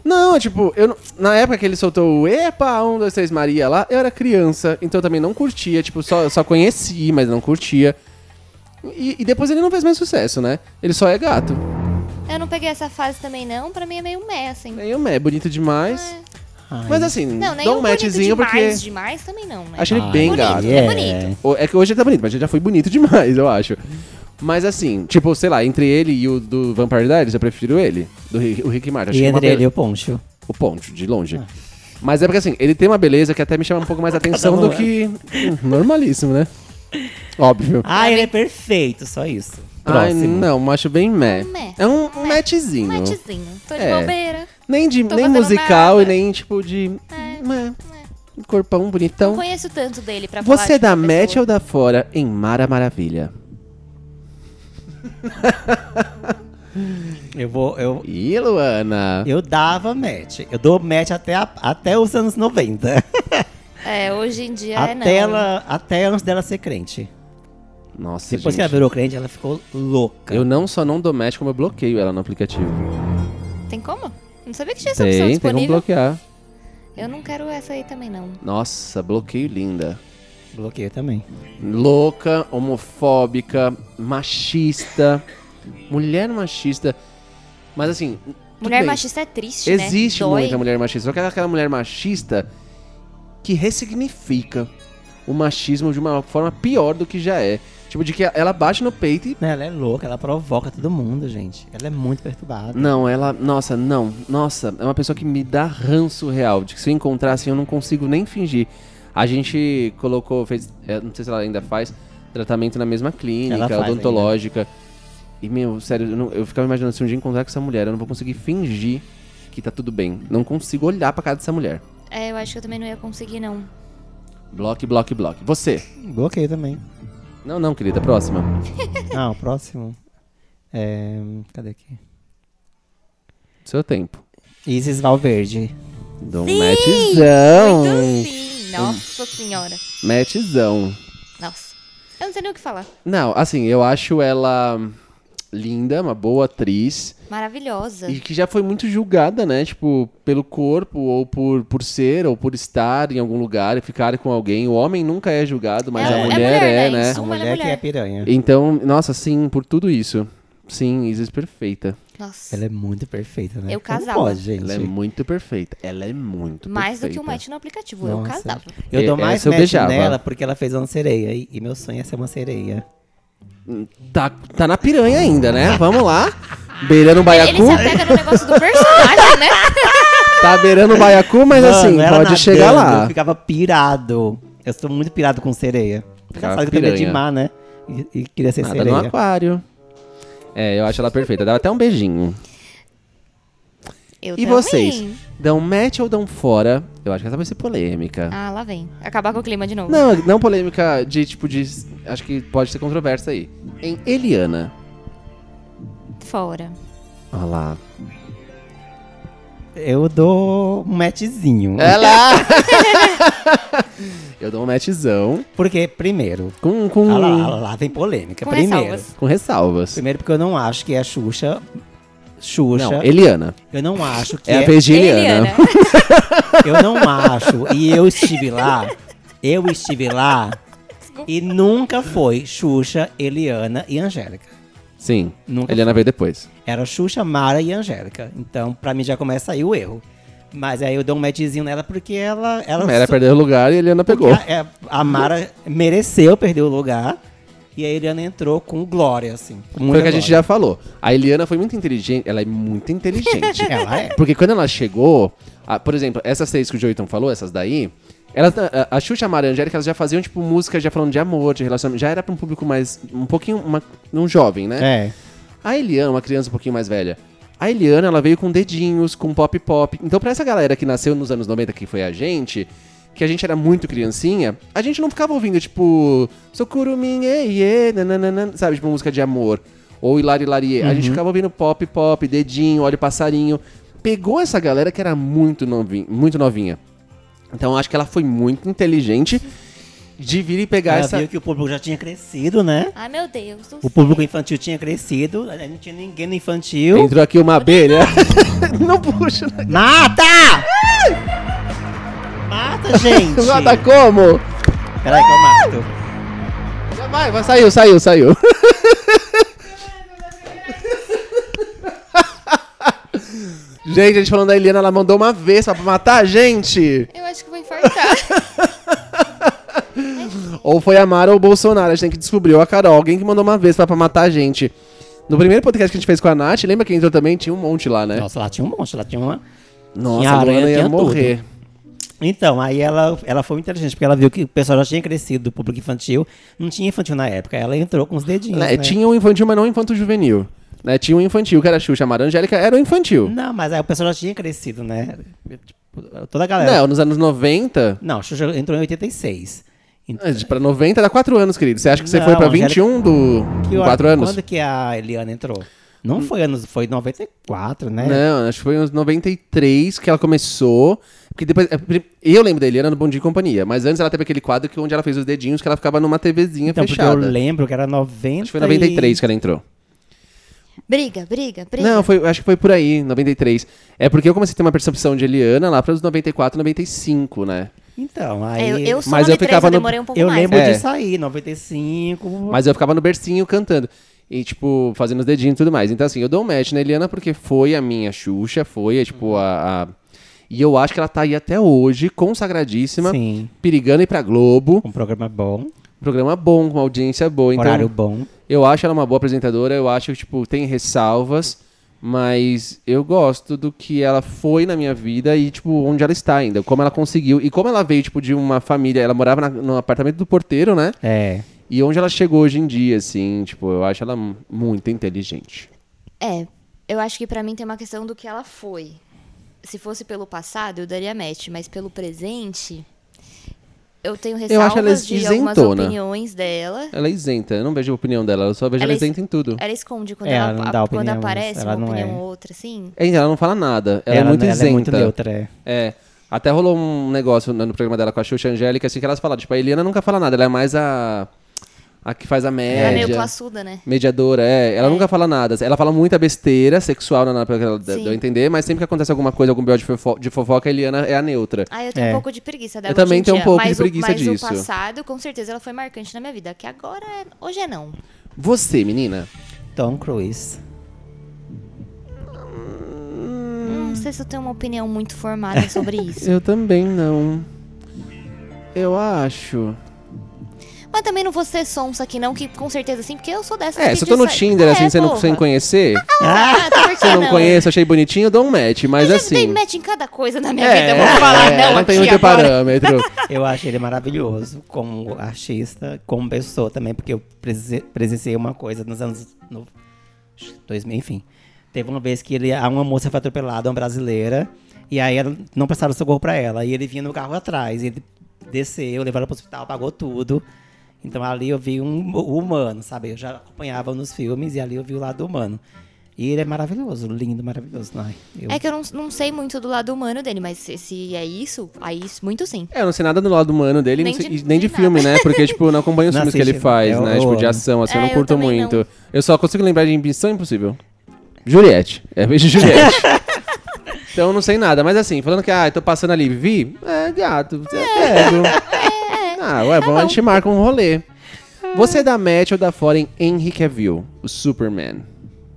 Speaker 1: Não, tipo, eu, não- na época que ele soltou o Epa, 1, 2, 3 Maria lá, eu era criança, então eu também não curtia, tipo, só, só conheci, mas não curtia. E, e depois ele não fez mais sucesso, né? Ele só é gato.
Speaker 3: Eu não peguei essa fase também, não. Pra mim é meio meh, assim.
Speaker 1: Meio é bonito demais.
Speaker 4: Ai,
Speaker 1: Mas assim,
Speaker 3: Não, nem
Speaker 1: dou
Speaker 3: um
Speaker 1: um
Speaker 3: bonito
Speaker 1: matchzinho
Speaker 3: demais,
Speaker 1: porque.
Speaker 3: demais também não, né?
Speaker 1: Achei ele
Speaker 4: ai,
Speaker 1: bem
Speaker 3: Bonito,
Speaker 1: gato.
Speaker 3: ele é bonito.
Speaker 1: O- É que hoje ele tá bonito, mas ele já foi bonito demais, eu acho. Mas assim, tipo, sei lá, entre ele e o do Vampire Diaries, eu prefiro ele. Do Rick- o Rick Martin. Acho
Speaker 4: E
Speaker 1: que é uma
Speaker 4: entre ele e
Speaker 1: bele-
Speaker 4: o Ah. Poncho.
Speaker 1: O Ponte, de longe. Mas é porque assim, ele tem uma beleza que até me chama um pouco mais atenção do
Speaker 4: um, né?
Speaker 1: que... Hum, Normalíssimo, né? Óbvio.
Speaker 4: Ah, ele é perfeito, só isso.
Speaker 1: Ai,
Speaker 4: Próximo.
Speaker 1: não, acho bem meh.
Speaker 3: meh,
Speaker 1: É um
Speaker 3: meh.
Speaker 1: matchzinho.
Speaker 3: Matchzinho. Tô de
Speaker 1: É.
Speaker 3: bobeira.
Speaker 1: Nem, de,
Speaker 3: Tô
Speaker 1: nem
Speaker 3: fazendo
Speaker 1: musical
Speaker 3: nada.
Speaker 1: e nem tipo de... meh. Corpão
Speaker 3: não
Speaker 1: bonitão.
Speaker 3: conheço tanto dele pra falar.
Speaker 1: Então, Você é
Speaker 3: de
Speaker 1: da
Speaker 3: uma
Speaker 1: match
Speaker 3: pessoa.
Speaker 1: ou da fora em Mara Maravilha?
Speaker 4: Eu vou. Eu,
Speaker 1: Ih, Luana.
Speaker 4: eu dava match. Eu dou match até, a- até os anos 90.
Speaker 3: É, hoje em dia é não.
Speaker 4: até, ela, até antes dela ser crente.
Speaker 1: Nossa,
Speaker 4: Depois que
Speaker 1: gente.
Speaker 4: ela virou crente, ela ficou louca.
Speaker 1: Eu não só não dou match, como eu bloqueio ela no aplicativo.
Speaker 3: Tem como? Não sabia que tinha essa opção
Speaker 1: Tem, um tem como
Speaker 3: disponível.
Speaker 1: bloquear.
Speaker 3: Eu não quero essa aí também, não.
Speaker 1: Nossa, bloqueio linda.
Speaker 4: Bloqueio também.
Speaker 1: Louca, homofóbica, machista. Mulher machista. Mas assim, tudo
Speaker 3: Mulher
Speaker 1: bem.
Speaker 3: machista é triste, né?
Speaker 1: Existe
Speaker 3: Dói.
Speaker 1: muita mulher machista. Só que é aquela mulher machista que ressignifica o machismo de uma forma pior do que já é. Tipo, de que ela bate no peito e
Speaker 4: Né, Ela é louca, ela provoca todo mundo, gente. Ela é muito perturbada.
Speaker 1: Não, ela. Nossa, não. Nossa, é uma pessoa que me dá ranço real. De que se eu encontrar assim, eu não consigo nem fingir. A gente colocou, fez. é, Não sei se ela ainda faz, tratamento na mesma
Speaker 4: Ela
Speaker 1: clínica,
Speaker 4: faz
Speaker 1: odontológica. E, meu, sério, eu, não- eu ficava imaginando se um dia encontrar com essa mulher, eu não vou conseguir fingir que tá tudo bem. Não consigo olhar pra cara dessa mulher.
Speaker 3: É, eu acho que eu também não ia conseguir, não.
Speaker 1: Bloque, bloque, bloque. Você.
Speaker 4: Bloqueio também.
Speaker 1: Não, não, querida, próxima.
Speaker 4: Ah, o próximo. É. Cadê aqui?
Speaker 1: Seu tempo.
Speaker 4: Isis Valverde.
Speaker 1: Dou um matchzão.
Speaker 3: Muito sim. Nossa senhora.
Speaker 1: Matchzão.
Speaker 3: Nossa. Eu não sei nem o que falar.
Speaker 1: Não, assim, eu acho ela linda, uma boa atriz.
Speaker 3: Maravilhosa.
Speaker 1: E que já foi muito julgada, né? Tipo, pelo corpo, ou por, por ser, ou por estar em algum lugar, ficar com alguém. O homem nunca é julgado, mas
Speaker 3: É,
Speaker 1: a
Speaker 3: é
Speaker 1: mulher é,
Speaker 3: mulher, né?
Speaker 1: né?
Speaker 3: Isso.
Speaker 4: A
Speaker 3: Uma, ela é
Speaker 4: mulher que é
Speaker 3: mulher.
Speaker 4: piranha.
Speaker 1: Então, nossa, sim, por tudo isso. Sim, Isis é perfeita.
Speaker 3: Nossa.
Speaker 4: Ela é muito perfeita, né?
Speaker 3: Eu
Speaker 4: Como
Speaker 3: casava.
Speaker 4: Pode, gente.
Speaker 1: Ela é muito perfeita. Ela é muito
Speaker 3: Mais do que um
Speaker 1: perfeita.
Speaker 3: o match no aplicativo. Eu
Speaker 4: Nossa.
Speaker 3: casava.
Speaker 4: Eu dou
Speaker 1: E-
Speaker 4: mais
Speaker 1: essa eu
Speaker 4: match
Speaker 1: beijava.
Speaker 4: nela porque ela fez uma sereia. E, e meu sonho é ser uma sereia.
Speaker 1: Tá, tá na piranha ainda, né? Vamos lá. Beirando o
Speaker 3: Ele tá.
Speaker 1: baiacu.
Speaker 3: se apega no negócio do personagem, né?
Speaker 1: Tá beirando o baiacu, mas
Speaker 4: Mano,
Speaker 1: assim,
Speaker 4: ela
Speaker 1: pode
Speaker 4: nadando,
Speaker 1: chegar lá. Tá
Speaker 4: Eu ficava pirado. Eu sou muito pirado com sereia. Porque
Speaker 1: Ficava
Speaker 4: ela sabe que eu tenho medo de
Speaker 1: piranha.
Speaker 4: mar, né? E, e queria ser
Speaker 1: Nada no
Speaker 4: sereia.
Speaker 1: aquário. É, eu acho ela perfeita. Dava até um beijinho.
Speaker 3: Eu
Speaker 1: e
Speaker 3: também.
Speaker 1: vocês? Dão match ou dão fora? Eu acho que essa vai ser polêmica.
Speaker 3: Ah, lá vem. Acabar com o clima de novo.
Speaker 1: Não, não polêmica de tipo de. Acho que pode ser controversa aí. Em Eliana.
Speaker 3: Fora.
Speaker 1: Olha lá.
Speaker 4: Eu dou um matchzinho.
Speaker 1: Ela! eu dou um matchzão
Speaker 4: Porque, primeiro,
Speaker 1: com. com,
Speaker 4: ah lá, ah lá, lá vem
Speaker 1: É
Speaker 4: polêmica.
Speaker 3: Com
Speaker 4: primeiro.
Speaker 3: ressalvas.
Speaker 1: com ressalvas.
Speaker 4: Primeiro, porque eu não acho que é a Xuxa. Xuxa.
Speaker 1: Não, Eliana.
Speaker 4: Eu não acho que
Speaker 1: É,
Speaker 4: é.
Speaker 1: a vez de Eliana.
Speaker 3: Eliana.
Speaker 4: Eu não acho. E eu estive lá. Eu estive lá. E nunca foi Xuxa, Eliana e Angélica.
Speaker 1: Sim.
Speaker 4: Nunca
Speaker 1: Eliana veio depois.
Speaker 4: Era Xuxa, Mara e Angélica. Então, pra mim, já começa aí o erro. Mas aí eu dou um matchzinho nela porque ela. ela
Speaker 1: Ela
Speaker 4: só-
Speaker 1: perdeu o lugar e Eliana
Speaker 4: porque
Speaker 1: pegou.
Speaker 4: A, é, a Mara mereceu perder o lugar. E a Eliana entrou com glória, assim. com
Speaker 1: Foi
Speaker 4: muita
Speaker 1: o que a gente
Speaker 4: glória.
Speaker 1: já falou. A Eliana foi muito inteligente. Ela é muito inteligente.
Speaker 4: Ela é.
Speaker 1: Porque quando ela chegou, a- por exemplo, essas três que o Joiton falou, essas daí, elas, a, a Xuxa, a Mara e a Angélica, elas já faziam, tipo, música já falando de amor, de relacionamento. Já era pra um público mais. um pouquinho. Uma, um jovem, né?
Speaker 4: É.
Speaker 1: A Eliana, uma criança um pouquinho mais velha. A Eliana, ela veio com dedinhos, com pop pop. Então, pra essa galera que nasceu nos anos 90, que foi a gente, que a gente era muito criancinha, a gente não ficava ouvindo, tipo, Socuruminha, iê, nananana, sabe, tipo, música de amor. Ou Hilari Hilarie. A gente ficava ouvindo pop pop, dedinho, olha o passarinho. Pegou essa galera que era muito, novi muito novinha. Então, eu acho que ela foi muito inteligente de vir e pegar
Speaker 2: É,
Speaker 4: Ela
Speaker 1: essa.
Speaker 4: viu que o público já tinha crescido, né?
Speaker 3: Ai, meu Deus. não
Speaker 4: O público infantil tinha crescido, aí não tinha ninguém no infantil.
Speaker 1: Entrou aqui uma abelha. não puxa, né?
Speaker 4: Mata! Mata, gente!
Speaker 1: Mata como?
Speaker 4: Peraí que eu mato.
Speaker 1: Já vai, vai, saiu, saiu, saiu. gente, a gente falando da Eliana, ela mandou uma vez pra matar a gente.
Speaker 3: sei. Eu acho que vou infartar.
Speaker 1: Ou foi a Mara ou o Bolsonaro, a gente tem que descobrir. Ou a Carol, alguém que mandou uma vez pra, pra matar a gente. No primeiro podcast que a gente fez com a Nath, lembra que entrou também? Tinha um monte lá, né?
Speaker 4: Nossa, lá tinha um monte, lá tinha uma.
Speaker 1: Nossa,
Speaker 4: Tinha
Speaker 1: a Luana
Speaker 4: aranha,
Speaker 1: ia
Speaker 4: tinha
Speaker 1: morrer.
Speaker 4: Então, aí ela, ela foi inteligente, porque ela viu que o pessoal já tinha crescido do público infantil. Não tinha infantil na época, ela entrou com os dedinhos.
Speaker 1: Né,
Speaker 4: né?
Speaker 1: Tinha um infantil, mas não um infanto juvenil. Né, Tinha um infantil, que era a Xuxa, a Mara Angélica, era um infantil.
Speaker 4: Não, mas aí o pessoal já tinha crescido, né? Tipo, Toda a galera.
Speaker 1: Não, nos anos 90,
Speaker 4: Não, Xuxa entrou em 86. Então,
Speaker 1: Ah, de- Pra 90 dá 4 anos, querido. Você acha que você
Speaker 4: Não,
Speaker 1: foi pra
Speaker 4: Angélica-
Speaker 1: 21 do
Speaker 4: que
Speaker 1: com
Speaker 4: hora-
Speaker 1: 4 anos? Hum.
Speaker 4: Quando que a Eliana entrou? Não foi anos, foi 94, né?
Speaker 1: Não, acho que foi uns 93 que ela começou. Porque depois. é, pri- Eu lembro da Eliana no Bom Dia e Companhia, mas antes ela teve aquele quadro que onde ela fez os dedinhos que ela ficava numa TVzinha
Speaker 4: Então, porque eu
Speaker 1: fechada.
Speaker 4: lembro que era 90.
Speaker 1: Acho que foi 93
Speaker 4: e-
Speaker 1: que ela entrou.
Speaker 3: briga, briga, briga.
Speaker 1: Não, foi, acho que foi por aí, 93. É porque eu comecei a ter uma percepção de Eliana lá para os 94, 95, né?
Speaker 4: Então,
Speaker 3: É,
Speaker 4: aí.
Speaker 3: eu, eu só
Speaker 1: Mas eu
Speaker 3: 93,
Speaker 1: ficava
Speaker 3: eu
Speaker 1: no-
Speaker 3: demorei um pouco
Speaker 4: eu
Speaker 3: mais.
Speaker 4: lembro
Speaker 1: É.
Speaker 4: de sair, 95.
Speaker 1: Mas eu ficava no bercinho cantando. E, tipo, fazendo os dedinhos e tudo mais. Então, assim, eu dou um match na Eliana porque foi a minha Xuxa, foi, é, tipo, a, a- E eu acho que ela tá aí até hoje, consagradíssima,
Speaker 4: Sim.
Speaker 1: perigando ir pra Globo.
Speaker 4: Um programa bom,
Speaker 1: Programa bom, com uma audiência boa. Então,
Speaker 4: horário bom.
Speaker 1: eu acho ela uma boa apresentadora, eu acho que, tipo, tem ressalvas, mas eu gosto do que ela foi na minha vida e, tipo, onde ela está ainda, como ela conseguiu. E como ela veio, tipo, de uma família, ela morava na- no apartamento do porteiro, né?
Speaker 4: É.
Speaker 1: E onde ela chegou hoje em dia, assim, tipo, eu acho ela mu- muito inteligente.
Speaker 3: É, eu acho que pra mim tem uma questão do que ela foi. Se fosse pelo passado, eu daria match, mas pelo presente, eu tenho
Speaker 1: Eu acho ela
Speaker 3: ressalvas de algumas
Speaker 1: isentona.
Speaker 3: opiniões dela.
Speaker 1: Ela é isenta, eu não vejo a opinião dela, eu só vejo ela,
Speaker 3: Ela é
Speaker 1: isenta em tudo.
Speaker 3: Ela esconde quando,
Speaker 4: É,
Speaker 3: ela,
Speaker 4: ela não
Speaker 3: a-
Speaker 4: dá
Speaker 3: quando
Speaker 4: opinião,
Speaker 3: aparece
Speaker 4: ela
Speaker 3: uma
Speaker 4: não
Speaker 3: opinião
Speaker 4: é.
Speaker 3: ou outra, assim.
Speaker 1: É, Ela não fala nada, ela, é muito
Speaker 4: ela
Speaker 1: isenta.
Speaker 4: é muito neutra, é.
Speaker 1: É. Até rolou um negócio no no programa dela com a Xuxa e a Angélica, assim, que elas falaram, tipo, a Eliana nunca fala nada, ela é mais a. a que faz a média.
Speaker 3: Ela é meio classuda, né?
Speaker 1: Mediadora, é. Ela nunca fala nada. Ela fala muita besteira sexual, né, na época que ela
Speaker 3: Sim.
Speaker 1: deu a entender, mas sempre que acontece alguma coisa, algum bode de fofo- de fofoca, a Eliana é a neutra.
Speaker 3: Ah, eu tenho
Speaker 4: É.
Speaker 3: um pouco de preguiça dela.
Speaker 1: Eu também
Speaker 3: hoje em
Speaker 1: tenho um
Speaker 3: dia,
Speaker 1: pouco de
Speaker 3: mas o-
Speaker 1: preguiça
Speaker 3: mas
Speaker 1: disso.
Speaker 3: o passado, com certeza, ela foi marcante na minha vida. Que agora, é- hoje é não.
Speaker 1: Você, menina,
Speaker 4: Tom Cruise.
Speaker 3: Hum, Não sei se eu tenho uma opinião muito formada sobre isso.
Speaker 1: Eu também não. Eu acho.
Speaker 3: Mas também não vou ser sonsa aqui não, que com certeza sim, porque eu sou dessa.
Speaker 1: É,
Speaker 3: que
Speaker 1: se eu tô no
Speaker 3: diz-
Speaker 1: Tinder,
Speaker 3: É,
Speaker 1: assim, sem, não,
Speaker 3: porra.
Speaker 1: sem conhecer,
Speaker 3: Ah, tá, por que
Speaker 1: se eu não conheço, achei bonitinho, eu dou um match, mas
Speaker 3: Mas tem
Speaker 1: assim.
Speaker 3: match em cada coisa na minha vida,
Speaker 1: É,
Speaker 3: eu vou falar
Speaker 1: é,
Speaker 3: não
Speaker 1: não
Speaker 3: aqui
Speaker 1: tem muito
Speaker 3: agora.
Speaker 1: parâmetro.
Speaker 4: Eu acho ele maravilhoso como artista, como pessoa também, porque eu prese- presenciei uma coisa nos anos no, 2000, enfim. Teve uma vez que ele, ah, uma moça foi atropelada, uma brasileira, e aí ela, não prestaram socorro pra ela, e ele vinha no carro atrás, ele desceu, levou ela pro hospital, pagou tudo. Então ali eu vi um o humano, sabe? Eu já acompanhava nos filmes e ali eu vi o lado humano. E ele é maravilhoso, lindo, maravilhoso. Ai,
Speaker 1: um-
Speaker 4: eu-
Speaker 3: É que eu não, não sei muito do lado humano dele, mas se, se é isso, aí isso- muito sim.
Speaker 1: É, eu não sei nada do lado humano dele,
Speaker 3: Nem
Speaker 1: não sei-
Speaker 3: de-
Speaker 1: e nem de,
Speaker 3: de
Speaker 1: filme, né? Porque, tipo, eu não acompanho os
Speaker 4: Não
Speaker 1: filmes que ele
Speaker 4: assiste,
Speaker 1: faz, né?
Speaker 4: é horror,
Speaker 1: tipo, de
Speaker 4: né?
Speaker 1: ação, assim, eu
Speaker 3: É,
Speaker 1: não
Speaker 3: eu
Speaker 1: curto
Speaker 3: também
Speaker 1: muito.
Speaker 3: não.
Speaker 1: Eu só consigo lembrar de Missão Impossível. Juliette. É beijo Juliette. então eu não sei nada, mas assim, falando que, ah, eu tô passando ali, vi? É, gato, eu pego.
Speaker 3: É,
Speaker 1: Ah, ué,
Speaker 3: Tá
Speaker 1: bom, a gente marca um rolê.
Speaker 3: Ah.
Speaker 1: Você dá match ou dá fora em Henry Cavill, é o Superman?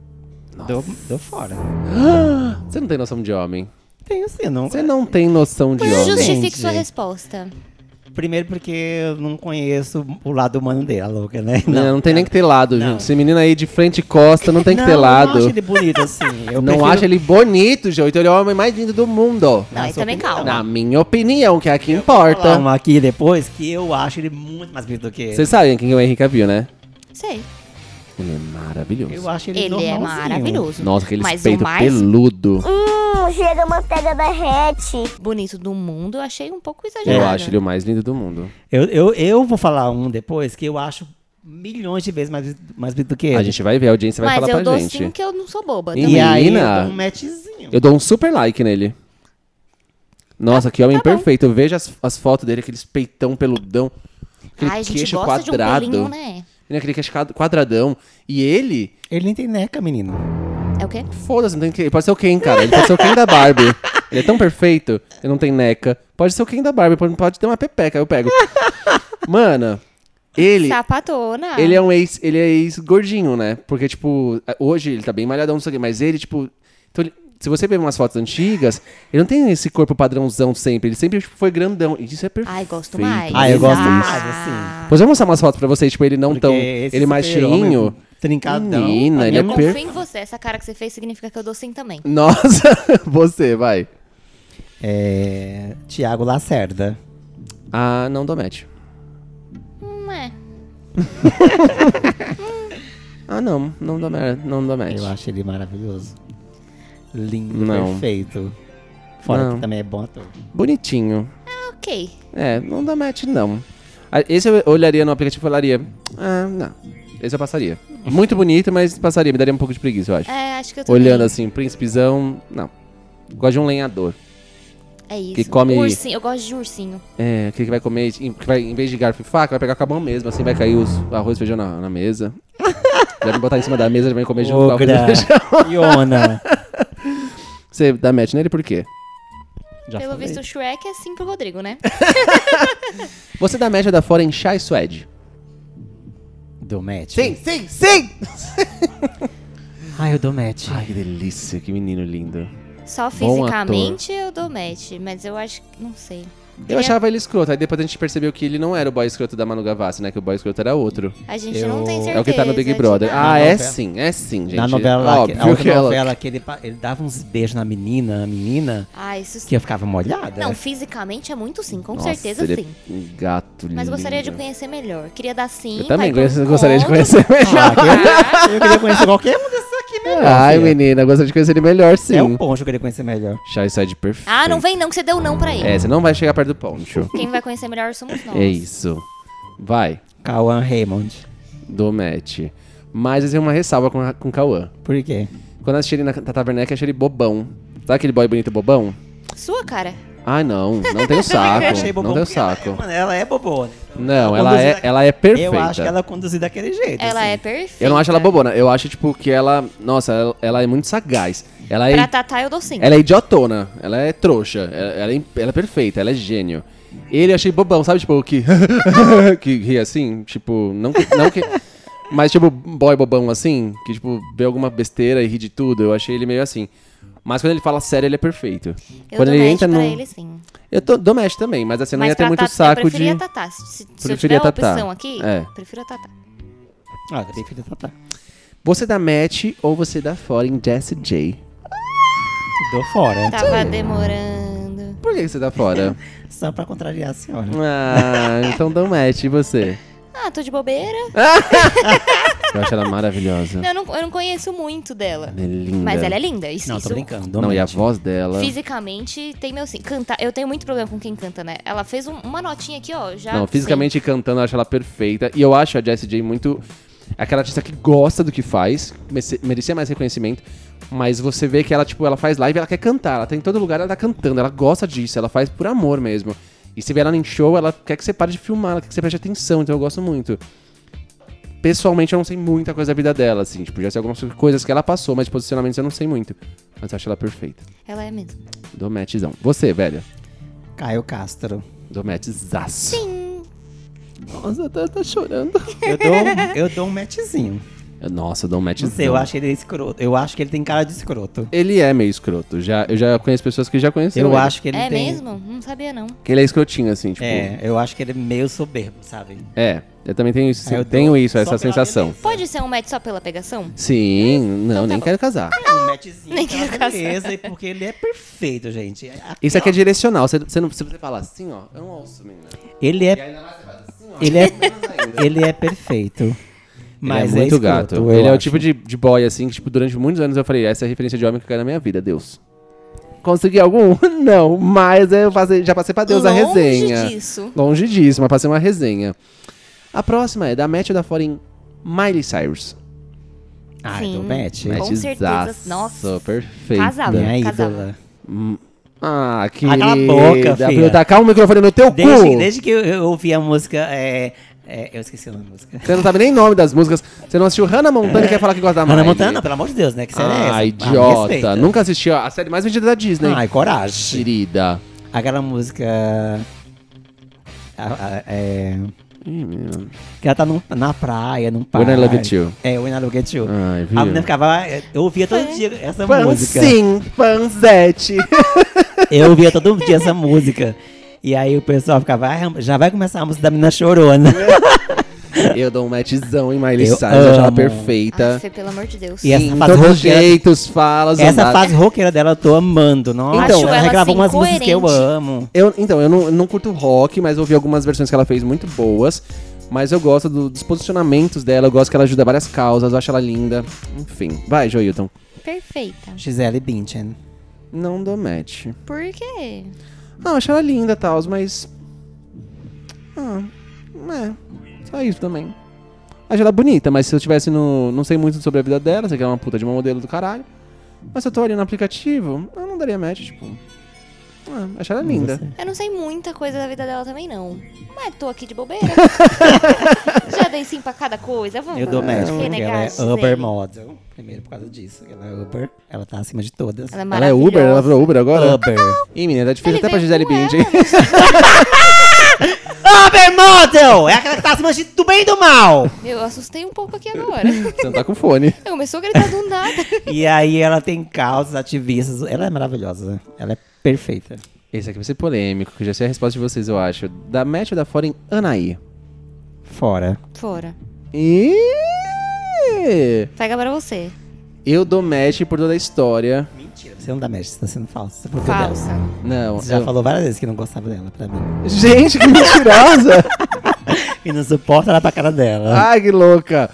Speaker 4: dou, dou fora.
Speaker 1: Você não tem noção de homem.
Speaker 4: Tenho sim, não.
Speaker 1: Você não tem noção de
Speaker 3: Mas
Speaker 1: homem.
Speaker 3: justifique
Speaker 4: Entendi.
Speaker 3: sua resposta.
Speaker 4: Primeiro porque eu não conheço o lado humano dele, a louca, né?
Speaker 1: Não, não tem nem que ter lado,
Speaker 4: Não.
Speaker 1: gente. Esse menino aí de frente e costa não tem que
Speaker 4: Não,
Speaker 1: ter
Speaker 4: Eu não acho
Speaker 1: lado.
Speaker 4: ele bonito assim. Eu
Speaker 1: não
Speaker 4: prefiro-
Speaker 1: acho ele bonito, gente. Ele é o homem mais lindo do mundo.
Speaker 3: Não, aí
Speaker 4: sua
Speaker 3: também
Speaker 4: opinião.
Speaker 3: calma.
Speaker 1: Na minha opinião, que é a que
Speaker 4: Falar
Speaker 1: importa.
Speaker 4: uma aqui depois que eu acho ele muito mais bonito do que ele.
Speaker 1: Vocês sabem quem é o Henrique Cavill, né?
Speaker 3: Sei.
Speaker 1: Ele é maravilhoso.
Speaker 4: Eu acho ele,
Speaker 3: Ele é
Speaker 4: normalzinho.
Speaker 3: maravilhoso.
Speaker 1: Nossa, aquele
Speaker 3: Mas
Speaker 1: peito
Speaker 3: o mais
Speaker 1: peludo.
Speaker 6: Hum, cheira manteiga derrete.
Speaker 3: bonito do mundo, eu achei um pouco exagerado.
Speaker 1: Eu acho ele o mais lindo do mundo.
Speaker 4: Eu, eu, eu vou falar um depois que eu acho milhões de vezes mais, mais bonito do que ele.
Speaker 1: A gente vai ver, a audiência vai
Speaker 3: É. Mas
Speaker 1: falar
Speaker 3: eu dou
Speaker 1: pra gente.
Speaker 3: sim que eu não sou boba.
Speaker 1: E
Speaker 4: E
Speaker 3: também.
Speaker 4: aí eu
Speaker 1: Menina.
Speaker 4: dou um matchzinho.
Speaker 1: Eu dou um super like nele. Nossa, que homem
Speaker 3: tá bom.
Speaker 1: perfeito. Eu vejo as, as fotos dele, aqueles peitão peludão. Aquele
Speaker 3: Ai, a gente
Speaker 1: queixo
Speaker 3: gosta
Speaker 1: quadrado.
Speaker 3: de um pelinho, né?
Speaker 1: Ele é Aquele queixo quad- quadradão. E ele,
Speaker 4: Ele nem tem neca, menino.
Speaker 3: É o quê?
Speaker 1: foda-se, não tem que. Ele pode ser o Ken, cara. Ele pode ser o Ken da Barbie. Ele é tão perfeito, ele não tem neca. Pode ser o Ken da Barbie, pode, pode ter uma pepeca, eu pego. Mana, ele. é
Speaker 3: Sapatona.
Speaker 1: Ele é um ex, ele é ex gordinho, né? Porque tipo, hoje ele tá bem malhadão, não sei o quê, mas ele tipo, então ele- se você ver umas fotos antigas, ele não tem esse corpo padrãozão sempre, ele sempre tipo, foi grandão. E isso é perfeito.
Speaker 3: Ai, gosto mais.
Speaker 4: Ah, eu gosto
Speaker 1: Isso.
Speaker 4: mais, assim.
Speaker 1: Pois eu vou mostrar umas fotos pra vocês, tipo, ele não
Speaker 4: Porque
Speaker 1: tão,
Speaker 4: esse
Speaker 1: ele mais
Speaker 4: super-homem
Speaker 1: cheinho.
Speaker 4: Trincadão.
Speaker 1: Menina, ele é
Speaker 3: Eu confio
Speaker 1: perfeito.
Speaker 3: em você. Essa cara que você fez significa que eu dou sim também.
Speaker 1: Nossa, você, vai.
Speaker 4: É. Tiago Lacerda.
Speaker 1: Ah, não dou match.
Speaker 3: Não é.
Speaker 1: Ah, não, não dou match, não dou match.
Speaker 4: Eu acho ele maravilhoso. Lindo,
Speaker 1: Não.
Speaker 4: perfeito. Fora
Speaker 1: Não.
Speaker 4: que também é bom ator.
Speaker 1: Bonitinho.
Speaker 3: Ok.
Speaker 1: É, não dá match, não. Ah, Esse eu olharia no aplicativo e falaria, ah, não. Esse eu passaria. Muito bonito, mas passaria. Me daria um pouco de preguiça, eu acho.
Speaker 3: É, acho que eu tô
Speaker 1: Olhando assim, príncipezão, não. Gosto de um lenhador.
Speaker 3: É isso.
Speaker 1: que come-
Speaker 3: Ursinho. Eu gosto de ursinho.
Speaker 1: É, aquele que vai comer, que vai, em vez de garfo e faca, vai pegar com a mão mesmo, assim, vai cair os o arroz e feijão na, na mesa. Deve botar em cima da mesa, já vai comer junto com o arroz e
Speaker 4: Ogra,
Speaker 1: feijão.
Speaker 4: Iona.
Speaker 1: Você dá match nele por quê?
Speaker 4: Já
Speaker 3: Pelo
Speaker 4: falei.
Speaker 3: visto, o Shrek é assim pro Rodrigo, né?
Speaker 1: Você dá match da fora em Chai Suede.
Speaker 4: Do match.
Speaker 1: sim, sim!
Speaker 4: Ai, eu dou match.
Speaker 1: Ai, que delícia, que menino lindo.
Speaker 3: Só
Speaker 1: Bom ator.
Speaker 3: fisicamente eu dou match, mas eu acho que. Não sei.
Speaker 1: Eu
Speaker 3: Ele é-
Speaker 1: achava ele escroto, aí depois a gente percebeu que ele não era o boy escroto da Manu Gavassi, né? Que o boy escroto era outro.
Speaker 3: A gente
Speaker 4: Eu-
Speaker 3: não tem certeza.
Speaker 1: É o que tá no Big
Speaker 3: de
Speaker 1: Brother.
Speaker 3: nada.
Speaker 1: Ah, é
Speaker 4: novela-
Speaker 1: sim, é sim, gente.
Speaker 4: Na novela lá, que,
Speaker 1: Óbvio
Speaker 4: a outra
Speaker 1: que ela-
Speaker 4: novela que ele, pa- ele dava uns beijos na menina, a menina,
Speaker 3: Ah, isso
Speaker 4: que eu ficava molhada.
Speaker 3: Não, fisicamente é muito sim, com
Speaker 1: né? Nossa,
Speaker 3: certeza
Speaker 1: ele é
Speaker 3: sim.
Speaker 1: Um gato lindo.
Speaker 3: Mas eu gostaria de conhecer melhor. Queria dar sim.
Speaker 1: Eu também
Speaker 3: vai pra um
Speaker 1: gostaria- gostaria de
Speaker 3: encontro,
Speaker 1: conhecer melhor.
Speaker 3: jantar.
Speaker 4: Eu queria conhecer qualquer um desses aqui melhor.
Speaker 1: Ai,
Speaker 4: filha.
Speaker 1: menina, eu gostaria de conhecer ele melhor, sim.
Speaker 4: É um poncho que eu queria conhecer melhor.
Speaker 1: Chai sai de perfeito.
Speaker 3: Ah, não vem não, que você deu não pra ele.
Speaker 1: É, você não vai chegar perto do poncho.
Speaker 3: Quem vai conhecer melhor somos nós.
Speaker 1: É isso. Vai,
Speaker 4: Cauã Raymond.
Speaker 1: do match. Mas eu tenho uma ressalva com, a- com o Cauã.
Speaker 4: Por quê?
Speaker 1: Quando eu assisti ele na Tata Werneck, eu achei ele bobão. Sabe aquele boy bonito bobão?
Speaker 3: Sua cara.
Speaker 1: Ai, não. Não tem o saco. não tem o saco.
Speaker 4: Mano, ela é bobona.
Speaker 1: Não,
Speaker 4: Ela
Speaker 1: ela é,
Speaker 4: conduzida-
Speaker 1: ela é perfeita.
Speaker 4: Eu acho que ela é conduzida daquele jeito.
Speaker 3: Ela
Speaker 4: assim.
Speaker 3: é perfeita.
Speaker 1: Eu não acho ela bobona. Eu acho, tipo, que ela. Nossa, ela, ela é muito sagaz. Ela é,
Speaker 3: Pra tá assim. Tatá eu dou sim.
Speaker 1: ela é idiotona. Ela é trouxa. Ela, ela é, im- ela é perfeita. Ela é gênio. Ele eu achei bobão, sabe? Tipo, que. que ri assim. Tipo, não que. Não que mas, tipo, boy bobão assim. Que, tipo, vê alguma besteira e ri de tudo. Eu achei ele meio assim. Mas quando ele fala sério, ele é perfeito.
Speaker 3: Eu
Speaker 1: quando
Speaker 3: dou
Speaker 1: ele
Speaker 3: match
Speaker 1: entra
Speaker 3: pra
Speaker 1: no.
Speaker 3: ele sim.
Speaker 1: Eu tô, dou match também, mas assim, não
Speaker 3: Mas
Speaker 1: ia ter
Speaker 3: pra
Speaker 1: muito
Speaker 3: Tatá-
Speaker 1: saco
Speaker 3: eu preferia
Speaker 1: de.
Speaker 3: a Tatá. Se, se eu tiver
Speaker 1: Preferia
Speaker 3: a
Speaker 1: a Tatá.
Speaker 3: opção aqui,
Speaker 1: É.
Speaker 3: prefiro a Tatá.
Speaker 4: Ah, tem filha tá, tá.
Speaker 1: Você dá match ou você dá fora em Jesse J.
Speaker 4: Dou fora.
Speaker 3: Tava demorando.
Speaker 1: Por que que você dá fora?
Speaker 4: Só pra contrariar a senhora.
Speaker 1: Ah, então dá um match, e você?
Speaker 3: Ah, tô de bobeira.
Speaker 1: Eu acho ela maravilhosa.
Speaker 3: Não, eu, não, eu não conheço muito dela.
Speaker 1: Ela é linda.
Speaker 3: Mas ela é linda. Isso,
Speaker 4: Não, tô
Speaker 3: isso-
Speaker 4: brincando. dou
Speaker 1: Não, e a
Speaker 4: match.
Speaker 1: voz dela.
Speaker 3: Fisicamente tem meu sim. Cantar, eu tenho muito problema com quem canta, né? Ela fez um- uma notinha aqui, ó. Já
Speaker 1: Não, fisicamente e cantando, eu acho ela perfeita. E eu acho a Jessie J muito. é Aquela artista que gosta do que faz, merece- merecia mais reconhecimento. Mas você vê que ela, tipo, ela faz live, ela quer cantar. Ela tá em todo lugar, ela tá cantando, ela gosta disso, ela faz por amor mesmo. E se vê ela em show, ela quer que você pare de filmar, ela quer que você preste atenção, então eu gosto muito. Pessoalmente, eu não sei muita coisa da vida dela, assim. Tipo, já sei algumas coisas que ela passou, mas de posicionamentos eu não sei muito. Mas eu acho ela perfeita.
Speaker 3: sim. Ela é mesmo.
Speaker 1: Do matchzão. Você, velho.
Speaker 4: Caio Castro.
Speaker 1: Do matchzaço. Sim. Nossa, tá, tá chorando.
Speaker 4: Eu dou, eu dou um matchzinho.
Speaker 1: Nossa, eu dou um match
Speaker 4: Não sei, eu acho ele escroto. Eu acho que ele tem cara de escroto.
Speaker 1: Ele é meio escroto. Já, eu já conheço pessoas que já conheceram
Speaker 4: Eu
Speaker 1: ele.
Speaker 4: acho que ele
Speaker 3: é
Speaker 4: tem.
Speaker 3: mesmo? Não sabia, não.
Speaker 1: Que ele é escrotinho, assim, tipo. É.
Speaker 4: É, eu acho que ele é meio soberbo, sabe?
Speaker 1: eu também tenho isso,
Speaker 4: Aí Ah, eu
Speaker 1: tenho
Speaker 4: dou um
Speaker 1: isso
Speaker 4: só
Speaker 1: essa
Speaker 4: pela
Speaker 1: sensação.
Speaker 4: beleza.
Speaker 3: Pode ser um match só pela pegação?
Speaker 1: Sim,
Speaker 4: Então
Speaker 1: não,
Speaker 3: tá
Speaker 1: nem
Speaker 3: bom.
Speaker 1: quero casar.
Speaker 4: Um matchzinho.
Speaker 3: Nem
Speaker 4: Nem
Speaker 3: quero
Speaker 4: quero
Speaker 3: casar.
Speaker 4: beleza, e porque ele é perfeito, gente. Aquela-
Speaker 1: Isso aqui é direcional. Você, você não, se você falar assim, ó, eu não ouço, menina.
Speaker 4: Ele
Speaker 1: E
Speaker 4: é.
Speaker 1: ainda mais você faz assim, ó.
Speaker 4: Ele é.
Speaker 1: menos ainda.
Speaker 4: Ele é perfeito.
Speaker 1: ele
Speaker 4: Mas
Speaker 1: é muito
Speaker 4: escroto,
Speaker 1: gato.
Speaker 4: eu
Speaker 1: Ele é o
Speaker 4: acho.
Speaker 1: tipo de, de boy, assim, que, tipo, durante muitos anos eu falei, essa é a referência de homem que eu quero na minha vida, Deus. Consegui algum? Não, mas eu passei- já passei pra Deus a
Speaker 3: Longe
Speaker 1: resenha.
Speaker 3: disso.
Speaker 1: Longe disso, mas passei uma resenha. A próxima é da Matthew da Fora em Miley Cyrus.
Speaker 4: Ah,
Speaker 3: Sim.
Speaker 4: do Matt.
Speaker 3: Com Matt.
Speaker 1: Matchzaço,
Speaker 3: certeza, nossa.
Speaker 1: Perfeito.
Speaker 3: Casal.
Speaker 4: Minha
Speaker 3: Casal.
Speaker 4: ídola.
Speaker 1: Ah, que.
Speaker 4: Cala a boca,
Speaker 1: Dá pra
Speaker 4: filha. assim,
Speaker 1: eu tacar o microfone no teu
Speaker 4: Desde,
Speaker 1: cu.
Speaker 4: desde que eu, eu ouvi a música. É, é, eu esqueci o nome da música.
Speaker 1: Você não sabe nem nome das músicas. Você não assistiu Hannah Montana e quer falar que gosta da Miley.
Speaker 4: Ana Montana, não, pelo amor de Deus, né? Que série é essa?
Speaker 1: Ah,
Speaker 4: me
Speaker 1: idiota.
Speaker 4: respeita.
Speaker 1: Nunca assistiu a série mais vendida da Disney.
Speaker 4: Ai, coragem.
Speaker 1: Querida.
Speaker 4: Aquela música. a- a- é, que ela tá num- na praia, num parque.
Speaker 1: When I Love It You.
Speaker 4: É, When I Love It You.
Speaker 1: Ai, viu?
Speaker 4: a menina ficava. Eu ouvia todo dia essa música.
Speaker 1: Fanzin, fanzete.
Speaker 4: Eu ouvia todo dia essa música. E aí o pessoal ficava, "Ah, já vai começar a música da menina chorona.
Speaker 1: eu dou um matchzão em Miley
Speaker 4: Eu
Speaker 1: Cyrus, eu acho ela
Speaker 4: amo.
Speaker 1: perfeita.
Speaker 3: Ai, Fê, pelo amor de Deus.
Speaker 4: E essa
Speaker 1: Em
Speaker 4: fase
Speaker 1: todos os
Speaker 4: roqueira-
Speaker 1: jeitos, falas,
Speaker 4: Essa
Speaker 1: andares.
Speaker 4: fase roqueira dela eu tô amando. Nossa,
Speaker 3: Então- Acho
Speaker 4: ela
Speaker 3: ela,
Speaker 4: gravou
Speaker 3: assim,
Speaker 4: umas músicas que eu
Speaker 3: coerente.
Speaker 4: amo.
Speaker 1: Eu, então, eu não, eu não curto rock, mas ouvi algumas versões que ela fez muito boas. Mas eu gosto do- dos posicionamentos dela, eu gosto que ela ajuda várias causas, eu acho ela linda. Enfim. Vai, Joilton.
Speaker 3: Perfeita.
Speaker 4: Gisele Bündchen.
Speaker 1: Não dou match.
Speaker 3: Por quê?
Speaker 1: Não, acho ela linda, Taos, mas. Ah, é. Só isso também. Acho ela bonita, mas se eu tivesse no. Não sei muito sobre a vida dela, sei que ela é uma puta de uma modelo do caralho. Mas se eu tô ali no aplicativo, eu não daria match, tipo. Ah, acho ela linda.
Speaker 3: Eu não sei muita coisa da vida dela também, não. Mas tô aqui de bobeira. Já dei sim pra cada coisa. Vamos
Speaker 4: Eu dou match, porque ela
Speaker 3: renegar,
Speaker 4: é
Speaker 3: Gisele.
Speaker 4: Uber model. Primeiro por causa disso. Ela é Uber. Ela tá acima de todas.
Speaker 3: Ela é
Speaker 1: Ela é Uber? Ela virou Uber agora?
Speaker 4: Uber.
Speaker 1: Ih, menina, tá difícil
Speaker 3: Ele
Speaker 1: até pra
Speaker 3: veio
Speaker 1: Gisele
Speaker 3: com
Speaker 1: Bündchen.
Speaker 4: Uber model! É aquela que tá acima de, do bem e do mal.
Speaker 3: Meu, eu assustei um pouco aqui agora.
Speaker 1: Você não tá com fone.
Speaker 3: Eu começou a gritar do nada.
Speaker 4: e aí ela tem causas, ativistas. Ela é maravilhosa. né? Ela é perfeita.
Speaker 1: Esse aqui vai ser polêmico, que já sei a resposta de vocês, eu acho. Da match ou da Foreign Anaí?
Speaker 4: Fora.
Speaker 3: Fora.
Speaker 1: E...
Speaker 3: Pega pra você.
Speaker 1: Eu dou match por toda a história.
Speaker 4: Mentira. Você não dá match, você tá sendo falsa. Você falou que eu dela.
Speaker 3: Falsa.
Speaker 1: Não,
Speaker 4: Você já
Speaker 1: eu-
Speaker 4: falou várias vezes que não gostava dela pra mim.
Speaker 1: Gente, que mentirosa!
Speaker 4: E não suporta ela pra cara
Speaker 3: Ah.
Speaker 4: dela.
Speaker 1: Ai, que louca!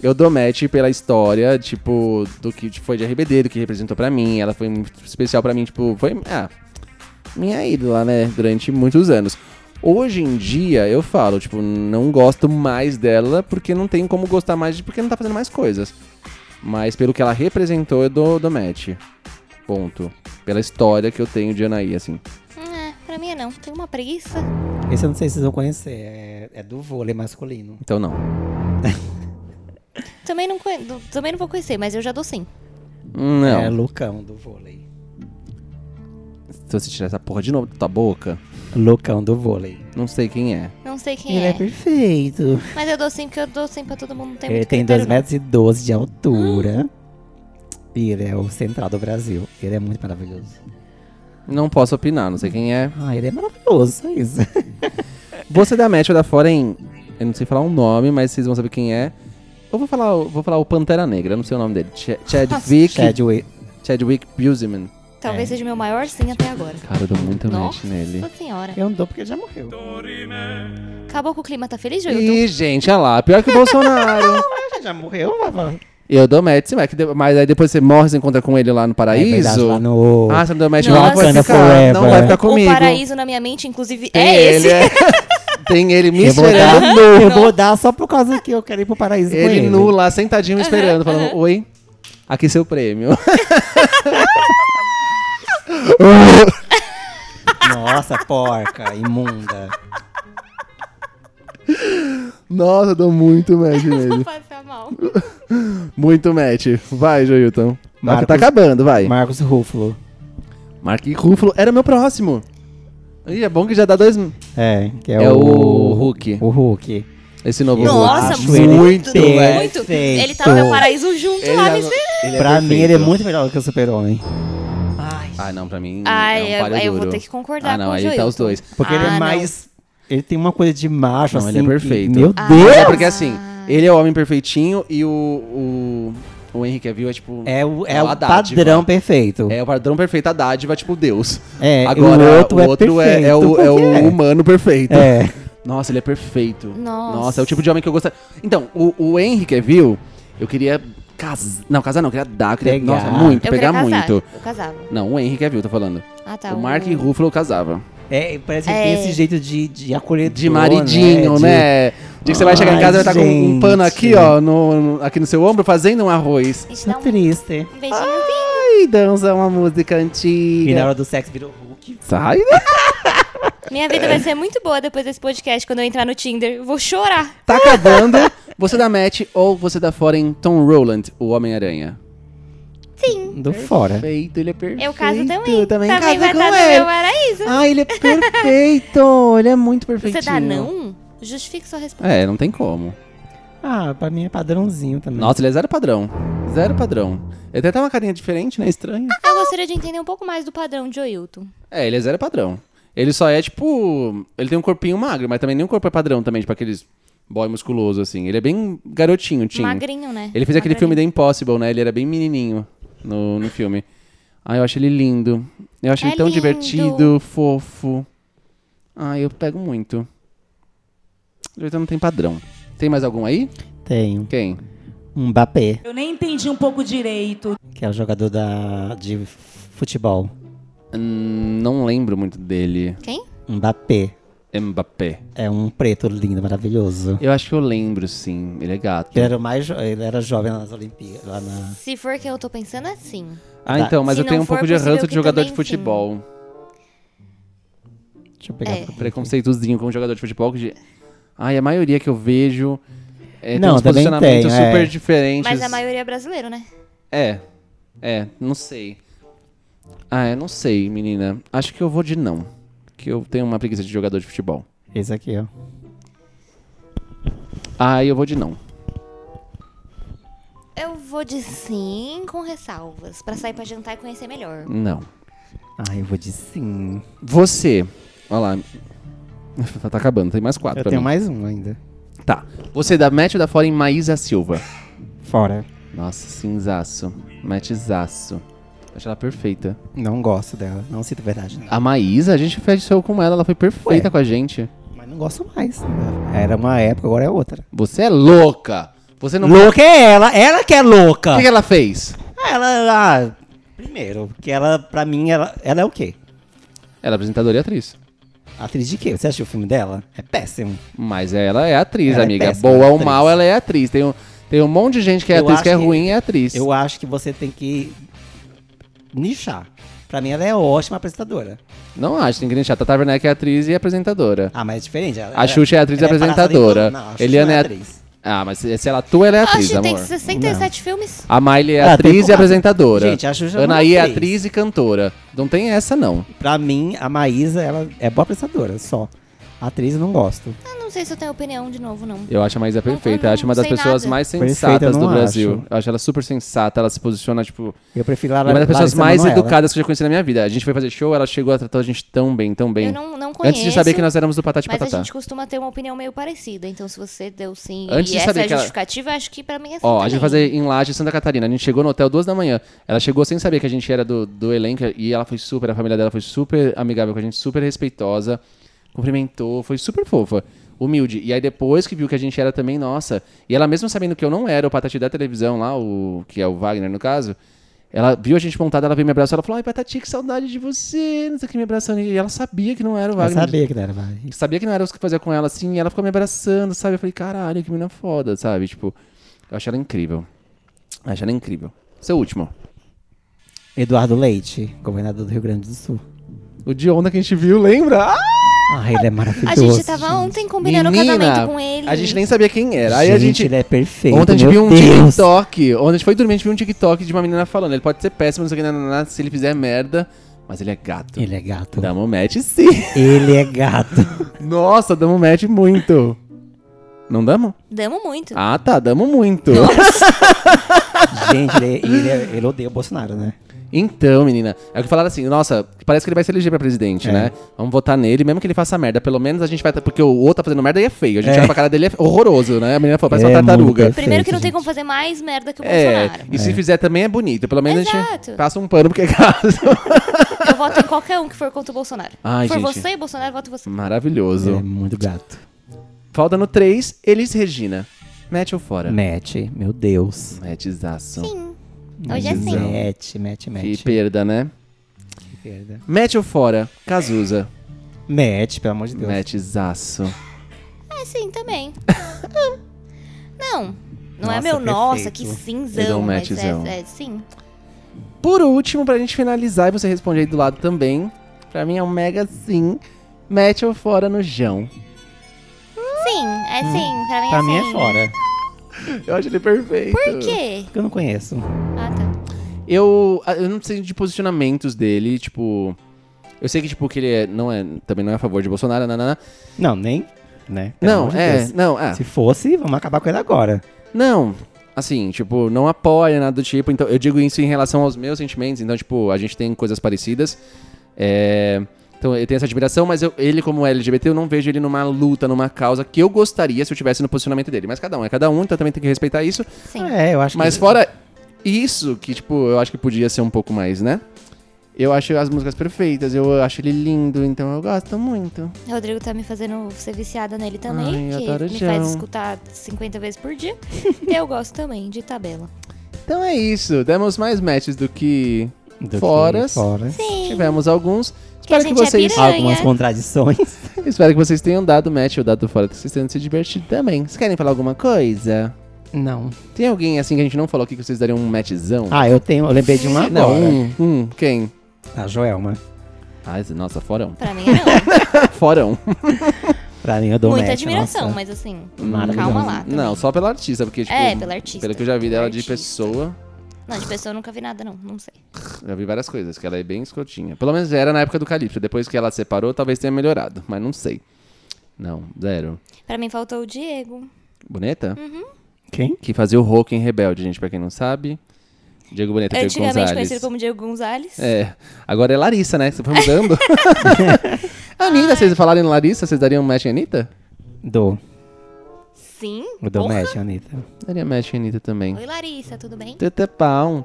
Speaker 1: Eu dou match pela história, tipo, do que foi de RBD, do que representou pra mim. Ela foi muito especial pra mim, tipo, foi ah, minha ídola, né? Durante muitos anos. Hoje em dia, eu falo, tipo, não gosto mais dela porque não tem como gostar mais, de- porque não tá fazendo mais coisas. Mas pelo que ela representou, eu dou, dou match. Ponto. Pela história que eu tenho de Anaí, assim.
Speaker 3: Hum, É, pra mim é não. Tem uma preguiça.
Speaker 4: Esse eu não sei se vocês vão conhecer. É, é do vôlei masculino.
Speaker 1: Então, não.
Speaker 3: Também não, conhe- não- também não vou conhecer, mas eu já dou sim.
Speaker 1: Não.
Speaker 4: É Lucão do vôlei.
Speaker 1: Se você tirar essa porra de novo da tua boca,
Speaker 4: Lucão do vôlei.
Speaker 1: não sei quem é.
Speaker 3: Não sei quem
Speaker 4: Ele
Speaker 3: é.
Speaker 4: é perfeito.
Speaker 3: Mas eu dou sim, porque eu dou sim pra todo mundo. Não tem
Speaker 4: ele
Speaker 3: muito
Speaker 4: tem
Speaker 3: critério,
Speaker 4: 2,12 metros e 12 de altura. E ele é o central do Brasil. Ele é muito maravilhoso.
Speaker 1: Não posso opinar, não sei quem é.
Speaker 4: Ah, ele é maravilhoso, só isso.
Speaker 1: Você da Match ou da Fora em. Eu não sei falar um nome, mas vocês vão saber quem é. Eu vou falar, o- vou falar o Pantera Negra, eu não sei o nome dele. Ch Chadwick.
Speaker 4: Chadwick.
Speaker 1: Chadwick Buseman.
Speaker 3: não. Talvez seja o meu maior sim até agora.
Speaker 1: Cara, eu dou muita match
Speaker 3: Nossa
Speaker 1: é. nele.
Speaker 3: senhora.
Speaker 4: Eu não dou porque ele já morreu.
Speaker 3: Acabou com o clima, tá feliz, Júlio?
Speaker 1: Ih, gente, olha lá, pior que o Bolsonaro.
Speaker 4: Ele já morreu, Vavá.
Speaker 1: eu dou match, sim, mas é que de- mas aí depois você morre, você encontra com ele lá no
Speaker 4: É verdade,
Speaker 1: paraíso.
Speaker 4: lá no...
Speaker 1: Ah, você não deu match,
Speaker 3: Nossa.
Speaker 1: não vai
Speaker 4: Wakanda
Speaker 1: ficar, não
Speaker 4: Forever.
Speaker 1: vai ficar tá comigo.
Speaker 3: O paraíso na minha mente, inclusive,
Speaker 1: Tem
Speaker 3: é
Speaker 1: ele,
Speaker 3: esse.
Speaker 1: é. Tem ele me
Speaker 4: eu, vou
Speaker 1: esperando.
Speaker 4: dar, eu vou dar só por causa que eu quero ir pro paraíso com
Speaker 1: Ele,
Speaker 4: ele.
Speaker 1: nu lá, sentadinho me esperando, falando: Oi, aqui seu prêmio.
Speaker 4: Nossa, porca, imunda.
Speaker 1: Nossa, eu dou muito match nele.
Speaker 3: Passar mal.
Speaker 1: Muito match. Vai, Joilton. Marco
Speaker 4: Marcos-
Speaker 1: tá acabando, vai.
Speaker 4: Marcos Ruffalo.
Speaker 1: Marco e Ruffalo era o meu próximo. Ih, é bom que já dá dois.
Speaker 4: É, que é,
Speaker 1: É
Speaker 4: o...
Speaker 1: o Hulk.
Speaker 4: O Hulk.
Speaker 1: Esse novo
Speaker 3: Nossa,
Speaker 1: Hulk.
Speaker 4: acho ele
Speaker 1: muito,
Speaker 4: perfeito.
Speaker 1: match.
Speaker 3: Muito. Ele tá no meu paraíso junto lá, me esperando.
Speaker 1: é ele é
Speaker 4: pra mim,
Speaker 1: perfeito.
Speaker 4: ele é muito melhor do que o Super-Homem.
Speaker 1: Ah, não, pra mim.
Speaker 3: Ai,
Speaker 1: é um
Speaker 3: eu- eu,
Speaker 1: páreo
Speaker 3: vou
Speaker 1: duro.
Speaker 3: ter que concordar
Speaker 1: Ah, não,
Speaker 3: com o
Speaker 1: aí tá os
Speaker 3: Joilton.
Speaker 1: dois.
Speaker 4: Porque ele
Speaker 3: Ah,
Speaker 4: é
Speaker 3: não.
Speaker 4: mais... Ele tem uma coisa de macho,
Speaker 1: Não, ele
Speaker 4: assim.
Speaker 1: é
Speaker 4: que-
Speaker 1: perfeito.
Speaker 4: Meu
Speaker 3: Ah.
Speaker 4: Deus!
Speaker 1: Mas é
Speaker 3: Ah.
Speaker 1: porque assim, ele é o homem perfeitinho e o. O, o Henry Cavill é tipo.
Speaker 4: É o, é
Speaker 1: Não, a
Speaker 4: o
Speaker 1: dádiva.
Speaker 4: padrão perfeito.
Speaker 1: É o padrão perfeito, a dádiva, tipo Deus.
Speaker 4: É,
Speaker 1: Agora, o outro, é, é o, é o
Speaker 4: perfeito, porque
Speaker 1: humano perfeito.
Speaker 4: É.
Speaker 1: Nossa, ele é perfeito.
Speaker 3: Nossa.
Speaker 1: é o tipo de homem que eu gostaria. Então, o, o Henry Cavill, eu queria casar. Não, casar não, eu queria dar, eu queria.
Speaker 4: Pegar.
Speaker 1: Nossa, muito,
Speaker 3: Eu
Speaker 1: pegar
Speaker 3: queria casar.
Speaker 1: muito.
Speaker 3: Eu casava.
Speaker 1: Não, o Henry Cavill, tô falando.
Speaker 3: Ah, tá.
Speaker 1: o Mark Ruffalo casava.
Speaker 4: É, parece que tem
Speaker 3: É.
Speaker 4: esse jeito de, de acolher.
Speaker 1: De
Speaker 4: É,
Speaker 1: maridinho, né? De... que você vai chegar em
Speaker 4: Ai,
Speaker 1: casa e vai estar com um
Speaker 4: gente.
Speaker 1: pano aqui, ó, no, no- aqui no seu ombro, fazendo um arroz.
Speaker 3: A gente
Speaker 4: Tá
Speaker 3: dá um,
Speaker 4: triste.
Speaker 3: um beijinho.
Speaker 1: Ai, dança uma música
Speaker 4: E na
Speaker 1: antiga.
Speaker 4: hora do sexo virou Hulk.
Speaker 1: Sai, né?
Speaker 3: Minha vida vai ser muito boa depois desse podcast, quando eu entrar no Tinder. Eu vou chorar.
Speaker 1: Tá acabando. Você dá match ou você dá fora em Tom Roland, o Homem-Aranha.
Speaker 4: Do fora.
Speaker 1: Perfeito, ele é perfeito.
Speaker 3: Eu caso
Speaker 1: Também,
Speaker 3: também. também vai
Speaker 1: casa
Speaker 3: estar
Speaker 1: com
Speaker 3: no
Speaker 1: ele.
Speaker 3: meu paraíso.
Speaker 1: Ah, ele é perfeito. ele é muito perfeito.
Speaker 3: Você dá não? Justifique sua resposta.
Speaker 1: É, não tem como.
Speaker 4: Ah, pra mim é padrãozinho também.
Speaker 1: Nossa, ele é zero padrão. Zero padrão. Ele tem até uma carinha diferente, né? Estranha.
Speaker 3: Eu gostaria de entender um pouco mais do padrão de Oilton.
Speaker 1: É, ele é zero padrão. Ele só é, tipo. Ele tem um corpinho magro, mas também nenhum corpo é padrão também, tipo aqueles boy musculoso, assim. Ele é bem garotinho, tinha.
Speaker 3: Magrinho, né?
Speaker 1: Ele fez aquele
Speaker 3: Magrinho.
Speaker 1: filme The Impossible, né? Ele era bem menininho no, no filme. Ah, eu acho ele lindo. Eu acho
Speaker 3: É
Speaker 1: ele tão
Speaker 3: lindo.
Speaker 1: divertido, fofo. Ah, eu pego muito. Então não tem padrão. Tem mais algum aí?
Speaker 4: Tenho.
Speaker 1: Quem?
Speaker 4: Um Mbappé,
Speaker 7: Eu nem entendi um pouco direito.
Speaker 4: que é o jogador da, de futebol.
Speaker 1: Hum, não lembro muito dele.
Speaker 3: Quem?
Speaker 4: Mbappé.
Speaker 1: Mbappé.
Speaker 4: É um preto lindo, maravilhoso.
Speaker 1: Eu acho que eu lembro, sim. Ele é gato.
Speaker 4: Ele era, o mais jo- ele era jovem lá nas Olimpíadas. Lá na...
Speaker 3: Se for que eu tô pensando, é sim.
Speaker 1: Ah,
Speaker 4: Tá.
Speaker 1: então, mas
Speaker 3: Se
Speaker 1: eu tenho
Speaker 3: não
Speaker 1: um pouco
Speaker 3: for
Speaker 1: de
Speaker 3: possível
Speaker 1: ranço de
Speaker 3: que
Speaker 1: jogador
Speaker 3: também
Speaker 1: de
Speaker 3: sim.
Speaker 1: futebol. Um
Speaker 4: Deixa eu pegar.
Speaker 3: É.
Speaker 4: pra-
Speaker 1: Preconceitozinho com jogador de futebol. Que... Ai, a maioria que eu vejo é,
Speaker 4: Não,
Speaker 1: tem uns
Speaker 4: também
Speaker 1: posicionamentos
Speaker 4: tem, é.
Speaker 1: super diferentes.
Speaker 3: Mas a maioria é brasileiro, né?
Speaker 1: É. É, não sei. Ah, é, não sei, menina. Acho que eu vou de não. Que eu tenho uma preguiça de jogador de futebol.
Speaker 4: Esse aqui, ó.
Speaker 1: Ah, eu vou de não.
Speaker 3: Eu vou de sim, com ressalvas. Pra sair pra jantar e conhecer melhor.
Speaker 1: Não.
Speaker 4: Ah, eu vou de sim.
Speaker 1: Você. Olha lá. tá acabando, tem mais quatro
Speaker 4: Eu
Speaker 1: pra
Speaker 4: tenho
Speaker 1: mim.
Speaker 4: mais um ainda.
Speaker 1: Tá. Você dá match ou dá fora em Maísa Silva?
Speaker 4: Fora.
Speaker 1: Nossa, cinzaço. Matchzaço. Acho ela perfeita.
Speaker 4: Não gosto dela. Não sinto verdade. Não.
Speaker 1: A Maísa, a gente fez show com ela, ela foi perfeita
Speaker 4: Ué.
Speaker 1: com a gente.
Speaker 4: Mas não gosto mais. Era uma época, agora é outra.
Speaker 1: Você é louca! Você não.
Speaker 4: Louca é ela. Ela que é louca. Ah,
Speaker 1: O que que ela fez?
Speaker 4: Ela, ela- ah, Primeiro, porque ela, pra mim, ela, ela é o quê?
Speaker 1: Ela é apresentadora e atriz.
Speaker 4: Atriz de quê? Você assistiu o filme dela? É péssimo.
Speaker 1: Mas ela é atriz,
Speaker 4: Ela é
Speaker 1: amiga.
Speaker 4: péssima
Speaker 1: Boa ou
Speaker 4: atriz.
Speaker 1: mal, ela é atriz. Tem um, tem um monte de gente que é
Speaker 4: Eu
Speaker 1: atriz
Speaker 4: acho
Speaker 1: que é
Speaker 4: que-
Speaker 1: ruim e é atriz.
Speaker 4: Eu acho que você tem que nichar. Pra mim, ela é ótima apresentadora.
Speaker 1: Não acho, tem que deixar. Tata Werneck é atriz e apresentadora.
Speaker 4: Ah, mas é diferente. Ela,
Speaker 1: A Xuxa é atriz e
Speaker 4: ela
Speaker 1: apresentadora.
Speaker 4: palhaçada em tudo. Não, a Xuxa
Speaker 1: Eliana
Speaker 4: não
Speaker 1: é
Speaker 4: é
Speaker 1: atri-
Speaker 4: atriz.
Speaker 1: Ah, mas se se ela atua, ela é atriz,
Speaker 3: Oxi, tem
Speaker 1: amor.
Speaker 3: 67 filmes?
Speaker 1: A Miley é
Speaker 4: Ah, tem
Speaker 1: atriz e
Speaker 4: como-
Speaker 1: apresentadora.
Speaker 4: Gente, a Xuxa não é
Speaker 1: Anaí é
Speaker 4: atriz.
Speaker 1: atriz e cantora. Não tem essa, não.
Speaker 4: Pra mim, a Maísa, ela é boa apresentadora, só. Atriz eu não gosto.
Speaker 3: Eu não sei se eu tenho opinião de novo, não.
Speaker 1: Eu acho a Maísa perfeita.
Speaker 3: não-
Speaker 1: Eu acho uma das
Speaker 3: sei
Speaker 1: pessoas
Speaker 3: nada.
Speaker 1: mais
Speaker 4: Perfeita,
Speaker 1: sensatas
Speaker 4: eu
Speaker 1: do
Speaker 4: não
Speaker 1: Brasil.
Speaker 4: acho.
Speaker 1: Eu acho ela super sensata. Ela se posiciona, tipo.
Speaker 4: Eu prefiro a
Speaker 1: é uma das pessoas
Speaker 4: Larissa
Speaker 1: mais
Speaker 4: Manoela.
Speaker 1: educadas que eu já conheci na minha vida. A gente foi fazer show, ela chegou a tratar a gente tão bem, tão bem.
Speaker 3: Eu não, não conheço.
Speaker 1: Antes de saber que nós éramos do Patati
Speaker 3: Mas a
Speaker 1: Patatá.
Speaker 3: gente costuma ter uma opinião meio parecida. Então, se você deu sim
Speaker 1: Antes de
Speaker 3: e essa
Speaker 1: saber
Speaker 3: é a
Speaker 1: que ela-
Speaker 3: justificativa, acho que pra mim é assim
Speaker 1: Ó, a
Speaker 3: também.
Speaker 1: gente vai fazer em Laje, Santa Catarina. A gente chegou no hotel duas da manhã. Ela chegou sem saber que a gente era do, do elenco e ela foi super, a família dela foi super amigável com a gente, super respeitosa. Cumprimentou, foi super fofa, humilde. E aí depois que viu que a gente era também, nossa. E ela mesmo sabendo que eu não era o Patati da televisão lá, o que é o Wagner no caso, ela viu a gente montada, ela veio me abraçar, ela falou: "Ai, Patati, que saudade de você". Não sei o que me abraçando. E ela sabia que não era o
Speaker 4: Eu
Speaker 1: Wagner.
Speaker 4: sabia que não era Maísa.
Speaker 1: sabia que não era os que fazia com ela, assim, e ela ficou me abraçando, sabe? Eu falei, caralho, que menina foda, sabe? Tipo, eu acho ela incrível. Eu acho ela incrível. Seu último.
Speaker 4: Eduardo Leite, governador do Rio Grande do Sul.
Speaker 1: O de onda que a gente viu, lembra?
Speaker 4: Ah, ele é maravilhoso.
Speaker 3: A gente tava ontem combinando o casamento com ele.
Speaker 1: A gente nem sabia quem era. Aí a gente.
Speaker 4: ele é perfeito.
Speaker 1: Ontem a gente viu
Speaker 4: meu
Speaker 1: um
Speaker 4: Deus.
Speaker 1: TikTok. Ontem a gente foi dormir, a gente viu um TikTok de uma menina falando. Ele pode ser péssimo, não sei o que, né, nananá, se ele fizer merda, mas ele é gato.
Speaker 4: Ele é gato.
Speaker 1: Damos match sim.
Speaker 4: Ele é gato.
Speaker 1: Nossa, damos match muito. Não damos?
Speaker 3: Damos muito.
Speaker 1: Ah, tá, damos muito.
Speaker 4: gente, ele, ele é- ele odeia o Bolsonaro, né?
Speaker 1: Então, menina, é o que falaram assim, nossa, parece que ele vai se eleger pra
Speaker 4: É.
Speaker 1: presidente, né? Vamos votar nele, mesmo que ele faça merda. Pelo menos a gente vai. Porque o outro tá fazendo merda e é feio. A gente olha pra cara dele, é horroroso, né? A menina falou, parece
Speaker 4: É
Speaker 1: uma
Speaker 4: muito
Speaker 1: tartaruga.
Speaker 4: perfeito.
Speaker 3: Primeiro que não tem
Speaker 4: gente.
Speaker 3: como fazer mais merda que o
Speaker 1: É,
Speaker 3: Bolsonaro.
Speaker 1: e se fizer também é bonito. Pelo menos a gente
Speaker 3: Exato.
Speaker 1: passa um pano, porque é caso.
Speaker 3: Eu voto em qualquer um que for contra o Bolsonaro.
Speaker 1: Ai,
Speaker 3: Se for
Speaker 1: gente.
Speaker 3: você e Bolsonaro, eu voto em você.
Speaker 1: Maravilhoso.
Speaker 4: Ele é muito gato.
Speaker 1: Falta no 3, Elis Regina. Mete ou fora?
Speaker 4: Mete, meu Deus.
Speaker 1: Metização.
Speaker 3: Sim. Hoje é
Speaker 1: Não.
Speaker 3: sim.
Speaker 4: Mete, mete,
Speaker 1: Que
Speaker 4: mete.
Speaker 1: perda, né?
Speaker 4: Que perda.
Speaker 1: Mete ou fora? Cazuza.
Speaker 4: Mete, pelo amor de Deus.
Speaker 1: Metizaço.
Speaker 3: É sim também. não. Não é
Speaker 4: Nossa,
Speaker 3: meu, nossa, que
Speaker 4: perfeito.
Speaker 1: Eu dou
Speaker 3: cinzão.
Speaker 1: um
Speaker 3: mas é-
Speaker 1: matchzão.
Speaker 3: é, sim.
Speaker 1: Por último, pra gente finalizar e você responde aí do lado também. Pra mim é um mega sim. Mete ou fora no Jão.
Speaker 3: Sim, é
Speaker 1: Hum.
Speaker 3: sim. Pra mim é
Speaker 4: Pra
Speaker 3: sim.
Speaker 4: mim é fora,
Speaker 1: Eu acho ele perfeito.
Speaker 3: Por quê?
Speaker 4: porque eu não conheço.
Speaker 3: Ah, tá.
Speaker 1: Eu, a- eu não sei de posicionamentos dele, tipo. Eu sei que, tipo, que ele é, não é, também não é a favor de Bolsonaro, nanana.
Speaker 4: Não, nem, né? Pelo
Speaker 1: Não,
Speaker 4: amor de
Speaker 1: é,
Speaker 4: Deus.
Speaker 1: não, ah,
Speaker 4: Se fosse, vamos acabar com ele agora.
Speaker 1: Não, assim, tipo, não apoia nada do tipo. Então, eu digo isso em relação aos meus sentimentos. Então, tipo, a gente tem coisas parecidas. É, Então, eu tenho essa admiração, mas eu- ele, como LGBT, eu não vejo ele numa luta, numa causa que eu gostaria se eu tivesse no posicionamento dele. Mas cada um é cada um, então também tem que respeitar isso.
Speaker 3: Sim.
Speaker 4: É, eu acho
Speaker 1: Mas
Speaker 4: que...
Speaker 1: fora isso, que, tipo, eu acho que podia ser um pouco mais, né? Eu acho as músicas perfeitas, eu acho ele lindo, então eu gosto muito.
Speaker 3: Rodrigo tá me fazendo ser viciada nele também,
Speaker 1: Ai, eu
Speaker 3: que
Speaker 1: adoro
Speaker 3: me
Speaker 1: Jão.
Speaker 3: faz escutar 50 vezes por dia. eu gosto também de tabela.
Speaker 1: Então é isso, demos mais matches do que
Speaker 4: do que
Speaker 1: foras.
Speaker 4: fora.
Speaker 3: Sim.
Speaker 1: tivemos alguns.
Speaker 3: Que a
Speaker 1: Espero que
Speaker 3: gente é
Speaker 1: vocês
Speaker 3: piranha.
Speaker 4: Algumas contradições.
Speaker 1: Espero que vocês tenham dado match ou dado fora, que vocês tenham se divertido também. Vocês querem falar alguma coisa?
Speaker 4: Não.
Speaker 1: Tem alguém assim que a gente não falou aqui que vocês dariam um matchzão?
Speaker 4: Ah, eu tenho, eu lembrei de uma agora.
Speaker 1: não.
Speaker 3: é.
Speaker 1: Hum, hum, quem?
Speaker 4: A Joelma.
Speaker 1: Ah, esse- nossa, forão.
Speaker 3: Pra mim é não.
Speaker 1: forão.
Speaker 4: Pra mim, eu dou
Speaker 3: Muita
Speaker 4: match,
Speaker 3: admiração,
Speaker 4: nossa.
Speaker 3: mas assim,
Speaker 4: Maravilhosa.
Speaker 3: calma lá. também.
Speaker 1: é. Não, só pela artista, porque tipo...
Speaker 3: É, pela artista,
Speaker 1: Pelo que eu já vi
Speaker 3: pela
Speaker 1: dela de
Speaker 3: artista.
Speaker 1: pessoa,
Speaker 3: Não, de pessoa eu nunca vi nada, não. Não sei.
Speaker 1: já vi várias coisas, que ela é bem escrotinha. Pelo menos era na época do Calypso, depois que ela se separou, talvez tenha melhorado, mas não sei. Não, zero.
Speaker 3: Pra mim faltou o Diego.
Speaker 1: Boneta?
Speaker 3: Uhum.
Speaker 4: Quem?
Speaker 1: Que fazia o Hulk em Rebelde, gente, pra quem não sabe. Diego Boneta, Diego
Speaker 3: Antigamente
Speaker 1: Gonzalez.
Speaker 3: conhecido como Diego Gonzalez.
Speaker 1: É. Agora é Larissa, né? Você foi mudando. Ah, Anitta, vocês falarem Larissa, vocês dariam um match em Anitta?
Speaker 4: Dou.
Speaker 3: Sim.
Speaker 4: Eu dou
Speaker 3: porra.
Speaker 4: match, Anitta.
Speaker 1: Daria match em Anitta também.
Speaker 3: Oi, Larissa, tudo bem?
Speaker 1: Tetepão.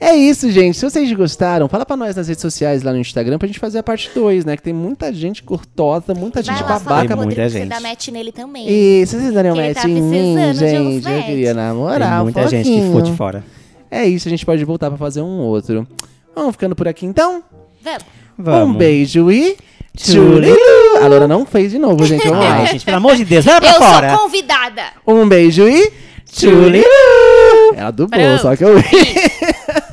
Speaker 1: É isso, gente. Se vocês gostaram, fala pra nós nas redes sociais, lá no Instagram, pra gente fazer a parte 2, né? Que tem muita gente gostosa, muita gente
Speaker 3: Vai lá falar
Speaker 1: babaca.
Speaker 3: com o
Speaker 4: Tem muita
Speaker 3: Rodrigo, você
Speaker 4: gente.
Speaker 3: dá match nele também.
Speaker 1: E se vocês dariam
Speaker 3: Que ele
Speaker 1: match
Speaker 3: tá
Speaker 1: em mim,
Speaker 3: precisando de uns
Speaker 1: gente, eu
Speaker 3: match.
Speaker 1: queria namorar
Speaker 4: Tem
Speaker 1: um
Speaker 4: muita gente que
Speaker 1: pouquinho.
Speaker 4: for de fora.
Speaker 1: É isso, a gente pode voltar pra fazer um outro. Vamos ficando por aqui, então?
Speaker 3: Vamos.
Speaker 4: Vamos.
Speaker 1: Um beijo e...
Speaker 4: Tchulilu.
Speaker 1: Tchulilu. A Lora não fez de novo, gente. Vamos lá.
Speaker 4: Ai, gente, pelo amor de Deus, vai pra
Speaker 3: eu
Speaker 4: fora.
Speaker 3: sou convidada.
Speaker 1: Um beijo e. Tchuli! Ela dublou,
Speaker 3: Pronto.
Speaker 1: só que eu.